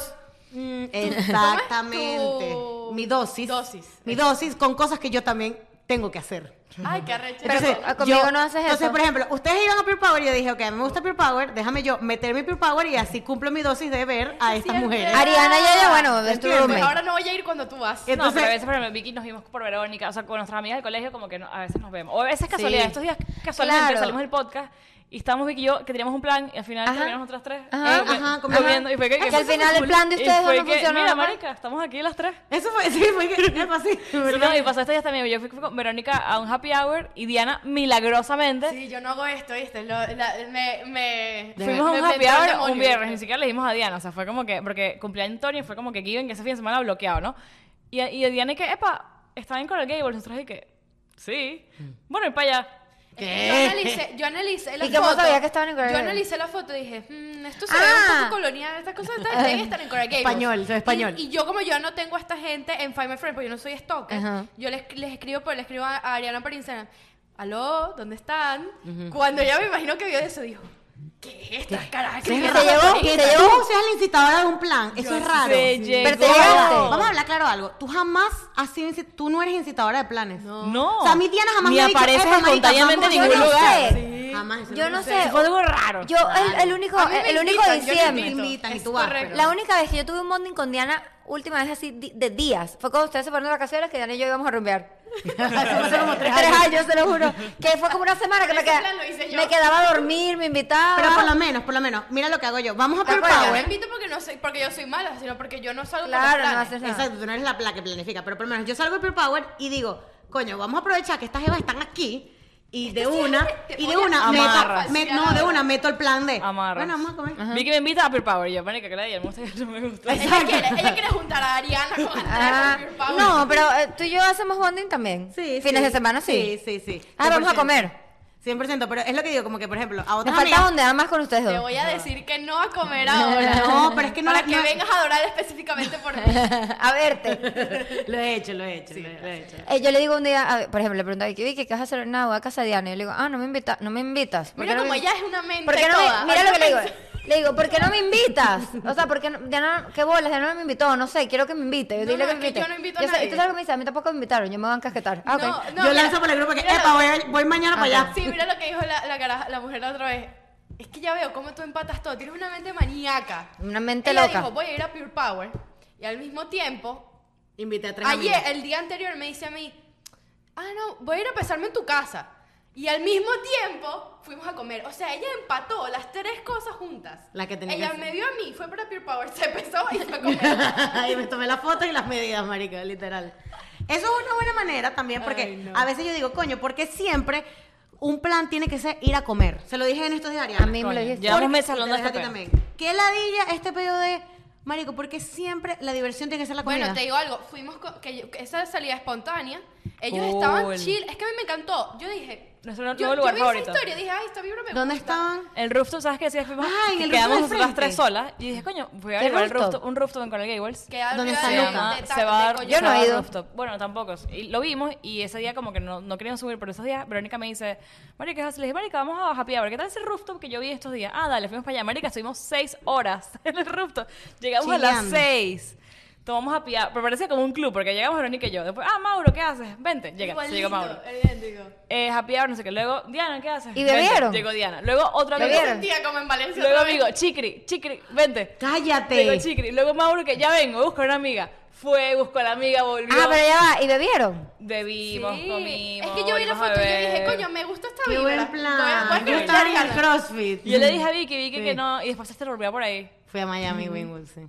mm, Exactamente.
Tu-
Mi dosis.
dosis.
Mi dosis con cosas que yo también tengo que hacer.
Ay, qué arrecho.
Pero
Entonces,
con- ah, conmigo
yo-
no haces
Entonces,
eso.
por ejemplo, ustedes iban a Pure Power y yo dije, ok, me gusta Pure Power, déjame yo meter mi Pure Power y así cumplo mi dosis de ver a estas
cierto.
mujeres.
Ari-
Ariana ya, ya, bueno, es tu
Entiendo.
roommate.
Ahora no voy a ir cuando tú vas.
Eh,
no, pero
Entonces-
a veces, por ejemplo, Vicky nos vimos por Verónica, o sea, con nuestras amigas del colegio, como que no- a veces nos vemos. O a veces casualidad,
Sí.
estos días casualmente
Claro.
salimos del podcast y estábamos Vicky y yo, que teníamos un plan, y al final
Ajá.
terminamos nosotras tres.
Ajá,
eh, que-
ajá, como-
comiendo, y fue que,
Es que al final el
cool.
plan de
Y
ustedes
fue
no
que,
funcionó,
Mira,
¿no?
marica, estamos aquí las tres.
Eso fue, <laughs> sí, fue que fue así.
No, y pasó estos días también. Yo fui con Verónica a un happy hour y Diana, milagrosamente,
Sí, yo no hago esto, ¿viste? Lo- la- me, me,
Fuimos a
me
un
metió
happy
el
hour
demonio.
un viernes, ni siquiera le dimos a Diana, o sea, fue como que, porque cumplía Antonio y fue como que Given, que ese fin de semana bloqueado, ¿no? Y, y Diana y que, epa, estaba en Coral Gables, nosotros y que, sí, bueno, y para allá.
Yo analicé, yo analicé la
¿Y cómo
foto.
sabía que estaban en Coral
Yo
Gables?
analicé la foto y dije, "Mm, esto se
Ah.
ve un poco colonial, estas cosas están- deben estar en Coral Gables".
Español, soy español.
Y, y yo como yo no tengo a esta gente en Find My Friend, porque yo no soy stalker,
Ajá.
yo les, les escribo, pero les escribo a, a Ariana por Instagram, aló, ¿dónde están? Cuando ella me imagino que vio eso, dijo, ¿qué es esta caraja? que
Sí,
me
es
te
raro.
llevó,
Que
te llevó.
Tú seas la incitadora de un plan, eso
Yo
es raro.
Se
Sí.
llegó.
Pero te
Vamos a hablar-
llegaste.
Vamos a hablar claro de algo. Tú jamás has sido, incit- tú no eres incitadora de planes.
No.
O sea, a mí Diana jamás
Ni
me ha dicho,
aparece
"Epa, marica,
espontáneamente en
vamos a-
ningún
yo no
lugar.
sé.
Sí. Jamás. eso
Yo
lo
no
sé.
sé.
Fue algo raro.
Yo, el, el único,
A mí me
el único
invitan, yo no
diciembre.
invito.
Me invitan y
Es
tú vas,
correcto.
pero-
La única vez que yo tuve un bonding con Diana, última vez así di- de días, fue cuando ustedes se fueron de vacaciones que Diana y yo íbamos a rumbear.
Hace como tres
Tres
años.
años, se lo juro. Que fue como una semana que me,
Ese
queda-
plan lo hice yo.
me quedaba a dormir, me invitaba.
Pero por lo menos, por lo menos, mira lo que hago yo. Vamos a
¿Te
Pure
acuerdas?
Yo no
Power.
invito porque no soy, porque yo soy mala, sino porque yo no salgo con
¿eh? claro,
los
no
planes.
haces nada.
Exacto, tú no eres la placa que planifica, pero por lo menos yo salgo de Pure Power y digo, coño, vamos a aprovechar que estas evas están aquí y de una,
te
y de
voy a
una, meto,
Amarras.
me- no, de una meto el plan de,
Amarras.
bueno, vamos a comer.
Vicky me invita a Pure Power, y yo, marica, que la de ella, me gusta, no me gusta.
Ella quiere, ella quiere juntar a Ariana
<laughs>
con Andrea
Ah,
con Pure Power.
no, pero eh, tú y yo hacemos bonding también.
Sí,
Fines
sí.
de semana sí.
Sí, sí, sí.
Ah, vamos a
100%.
comer.
100%, pero es lo que digo, como que por ejemplo, a
Me
otras
falta
amigas-
bondear más con ustedes
Te
dos.
voy a decir que no a comer ahora.
No, pero es que no-
Para que
no-
vengas a adorar específicamente por
<laughs>
mí.
a verte.
Lo he hecho, lo he hecho, lo, he- lo he hecho.
Eh, yo le digo un día, a ver, por ejemplo, le pregunto a Vicky, Vicky, ¿qué vas a hacer? Nada, voy a casa de Diana. Y yo le digo, ah, no me, invita, no me invitas. ¿Por
Mira
qué no
como
me-
ella es una mente
¿Por qué no me-
toda.
mira lo que le digo.
Ahorita <laughs>
Le digo, ¿por qué no me invitas? O sea, ¿por qué no, Diana, qué bolas? Diana no me invitó, no sé, quiero que me invite. Yo
No,
dile
no,
que
es
me
que
invite.
yo no invito a
sé-
nadie.
Esto es algo que me dice, a mí tampoco me invitaron, yo me voy a encasquetar. Ah, ok.
No, no,
yo
mira,
lanzo por el grupo que,
míralo.
epa, voy, a- voy mañana para allá.
Ah,
pensé- Sí, mira lo que dijo la, la, cara- la mujer la otra vez. Es que ya veo cómo tú empatas todo. Tienes una mente maníaca.
Una mente
ella
loca.
dijo, voy a ir a Pure Power. Y al mismo tiempo,
Invité a tres
Ayer,
amigas.
el día anterior, me dice a mí, ah, no, voy a ir a pesarme en tu casa. Y al mismo tiempo fuimos a comer. O sea, ella empató las tres cosas juntas.
La que tenía que
Ella
hacer.
me dio a mí, fue para Pure Power, <laughs> se pesó
<laughs>
y fue a comer.
<laughs> Ahí me tomé las fotos y las medidas, marica, literal. Eso es una buena manera también, porque
Ay, no.
a veces yo digo, coño, porque siempre un plan tiene que ser ir a comer. Se lo dije en estos días, Ariana.
A mí me lo
Coño,
dijiste.
ya. Llevamos
Porque-
meses hablando
y te dejo
de
a ti
este
también. Qué ladilla este pedo de, marico, porque siempre la diversión tiene que ser la comida.
Bueno, te digo algo, fuimos con, que yo- que esa salida espontánea, ellos
Cool.
estaban chill, es que a mí me encantó. Yo dije,
nuestro nuevo
Yo, yo
lugar
vi esa
favorito.
historia y dije, ay, esta vibra me
¿Dónde
gusta.
estaban?
El rooftop, ¿sabes qué? decías? fuimos,
Ah, en
que
el
quedamos
rooftop de
nosotras
frente.
tres solas. Y dije, coño, voy a
¿Qué
averiguar el
rooftop?
rooftop, un rooftop en Coral Gables.
Que arriba
¿Dónde
de-
está
se
Luca?
llama
de-
se
de
va
Coyoacán.
Yo no he
al
ido.
rooftop. Bueno, tampoco. Y lo vimos y ese día como que no, no querían subir, pero esos días Verónica me dice, Marica, ¿qué haces?". le dije, Marica, vamos a Happy Hour. ¿Qué tal ese rooftop que yo vi estos días? Ah, dale, fuimos para allá. Marica, estuvimos seis horas <laughs> en el rooftop. Llegamos a las
Chileando.
seis. Tomamos Happy Hour, pero parecía como un club, porque llegamos Verónica y yo. Después, ah, Mauro, ¿qué haces? Vente. Llega, se
Igualito,
llegó Mauro.
idéntico.
Eh, happy Hour, no sé qué. Luego, Diana, ¿qué haces?
¿Y
Vente.
bebieron?
Llegó Diana. Luego otro amigo.
¿Bebieron?
Sentía como en Valencia.
Luego
otra vez.
amigo, Chicri, Chicri, vente. Luego
¡Cállate!
Chicri, luego Mauro que ya vengo, busco a una amiga. Fue, buscó a la amiga, volvió.
Ah, pero ya va. ¿Y bebieron?
Bebimos,
Sí.
comimos.
Es que yo vi la
volvimos a
foto y yo dije,
beber.
coño, me gusta esta
¡Qué
vibra.
buen
Todavía
plan!
puedes
Yo
creer,
estaba en el
Ariana.
CrossFit.
Yo le dije a Vicky, "Mm, Vicky
Sí.
que no, y después se volvió por ahí.
Fui a Miami, Wingwood, sí.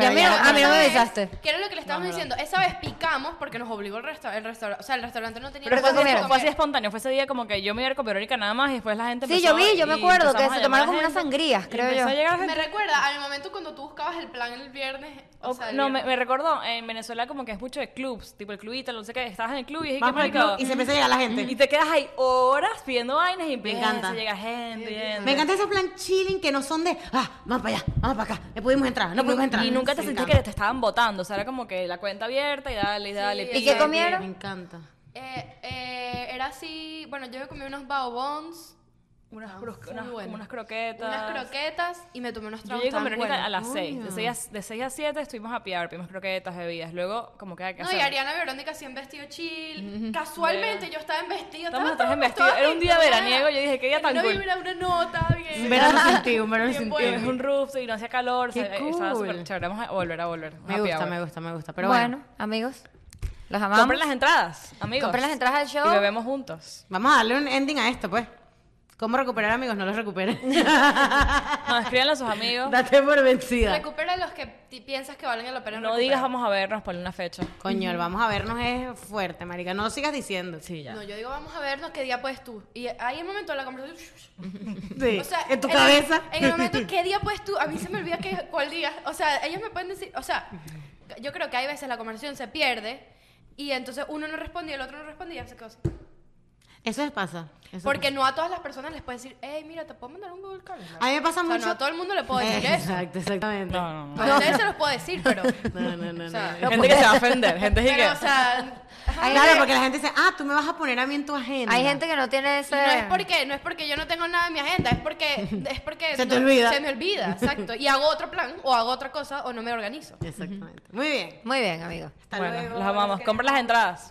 Y a mí, no- a mí no me
Esa vez,
avisaste.
Que era lo que le estábamos diciendo. Esa vez picamos porque nos obligó el restaurante. El restaurante o sea, el restaurante no tenía
Pero
nada
¿qué
más que
comieron?
Fue así espontáneo, fue ese día como que yo me iba a ir con Verónica nada más y después la gente
Sí,
empezó
yo vi, yo me
y
acuerdo que
empezamos
se
a llamar
tomaron como
a
unas
gente.
sangrías,
Y
creo
empezó
yo.
a llegar
Me
gente.
recuerda al momento cuando tú buscabas el plan el viernes. o
O-
sea, el
no, me,
viernes.
me recordó, en Venezuela como que es mucho de clubs, tipo el clubito, no sé qué, estabas en el club y dije, ¿qué
Vamos al club
marico?
y se empieza a llegar la gente.
Y te quedas ahí horas pidiendo vainas y empieza,
encanta.
llega gente, yendo.
Me encanta ese plan chilling que no son de, ah, vamos para allá, vamos para acá, no pudimos entrar, no
Y nu-
pudimos entrar.
Y nunca te
Me
sentí que
encanta.
te estaban votando, o sea, era como que la cuenta abierta y dale, y dale.
Sí,
pide,
¿Y qué
pide.
comieron?
Me encanta.
Ah,
Eh, eh, era así. Bueno, yo me comí unos baobons,
Unas,
Ah,
cruz-
muy
unas-
bueno.
como unas croquetas.
unas croquetas y me tomé unos
Yo
tragos.
llegué con
estaban
Verónica
buenos.
a las
Coño.
6. De 6 a, de 7 estuvimos a piar, pedimos croquetas, bebidas. Luego, como que hay que
No, y
hacer.
Ariana Verónica así en vestido chill. Casualmente yo estaba en vestido.
Estamos
estaba
atrás en
todas-
vestido.
todas
Era un día
pintadas.
veraniego. Yo dije, qué día
Era
tan
una
cool.
vibra, una nota, bien.
Un verano sin ti, un verano
<laughs> Bien
sin ti.
bueno.
Es un rooftop y no hacía calor. o sea,
Qué
Estaba
cool.
súper chévere. Vamos a volver a volver.
Me
Happy
gusta,
hour.
me gusta, me gusta. Pero
Pero
bueno,
bueno, amigos, los amamos.
Compren las entradas, amigos.
Compren las entradas del show.
Y bebemos juntos.
vamos a darle un ending a esto, pues. ¿Cómo recuperar amigos? No los
<laughs>
recuperen. <laughs>
No, escríbanle a sus amigos.
Date por vencida.
Recupera los que ti- piensas que valen la pena
No
recuperar.
digas vamos a vernos por una fecha.
Coño, el vamos a vernos es fuerte, marica. No lo sigas diciendo. Sí,
No, yo digo, vamos a vernos qué día puedes tú. Y ahí en el momento de la conversación. O sea,
en tu
el-
cabeza.
en
<laughs>
el momento, ¿qué día puedes tú? A mí se me olvida que, cuál día. O sea, ellos me pueden decir. O sea, yo creo que hay veces la conversación se pierde. Y entonces uno no respondía, el otro no respondía. Se quedó así.
Eso es pasa. eso
Porque no a todas las personas les pueden decir, hey, mira, te puedo mandar un Google Calendar.
A mí me pasa
o sea,
mucho-
no a todo el mundo le puedo <laughs>
pasa.
decir eso.
Exacto, exactamente.
No, no, no.
A ustedes se los puedo decir, pero.
<laughs> No, no, no, no,
O sea,
no.
Gente que se va a
<laughs>
ofender. Gente que.
Pero, o sea. ajá.
Ah, Claro, porque la gente dice, ah, tú me vas a poner a mí en tu agenda.
Hay gente que no tiene
Y
ese...
no es porque no es porque yo no tengo nada en mi agenda, es porque es porque
<laughs> Se te
no-
olvida.
se me olvida, exacto, y hago otro plan o hago otra cosa o no me organizo.
Exactamente. Muy bien.
Muy bien, amigos.
Hasta
bueno,
luego.
los amamos. Compren las entradas.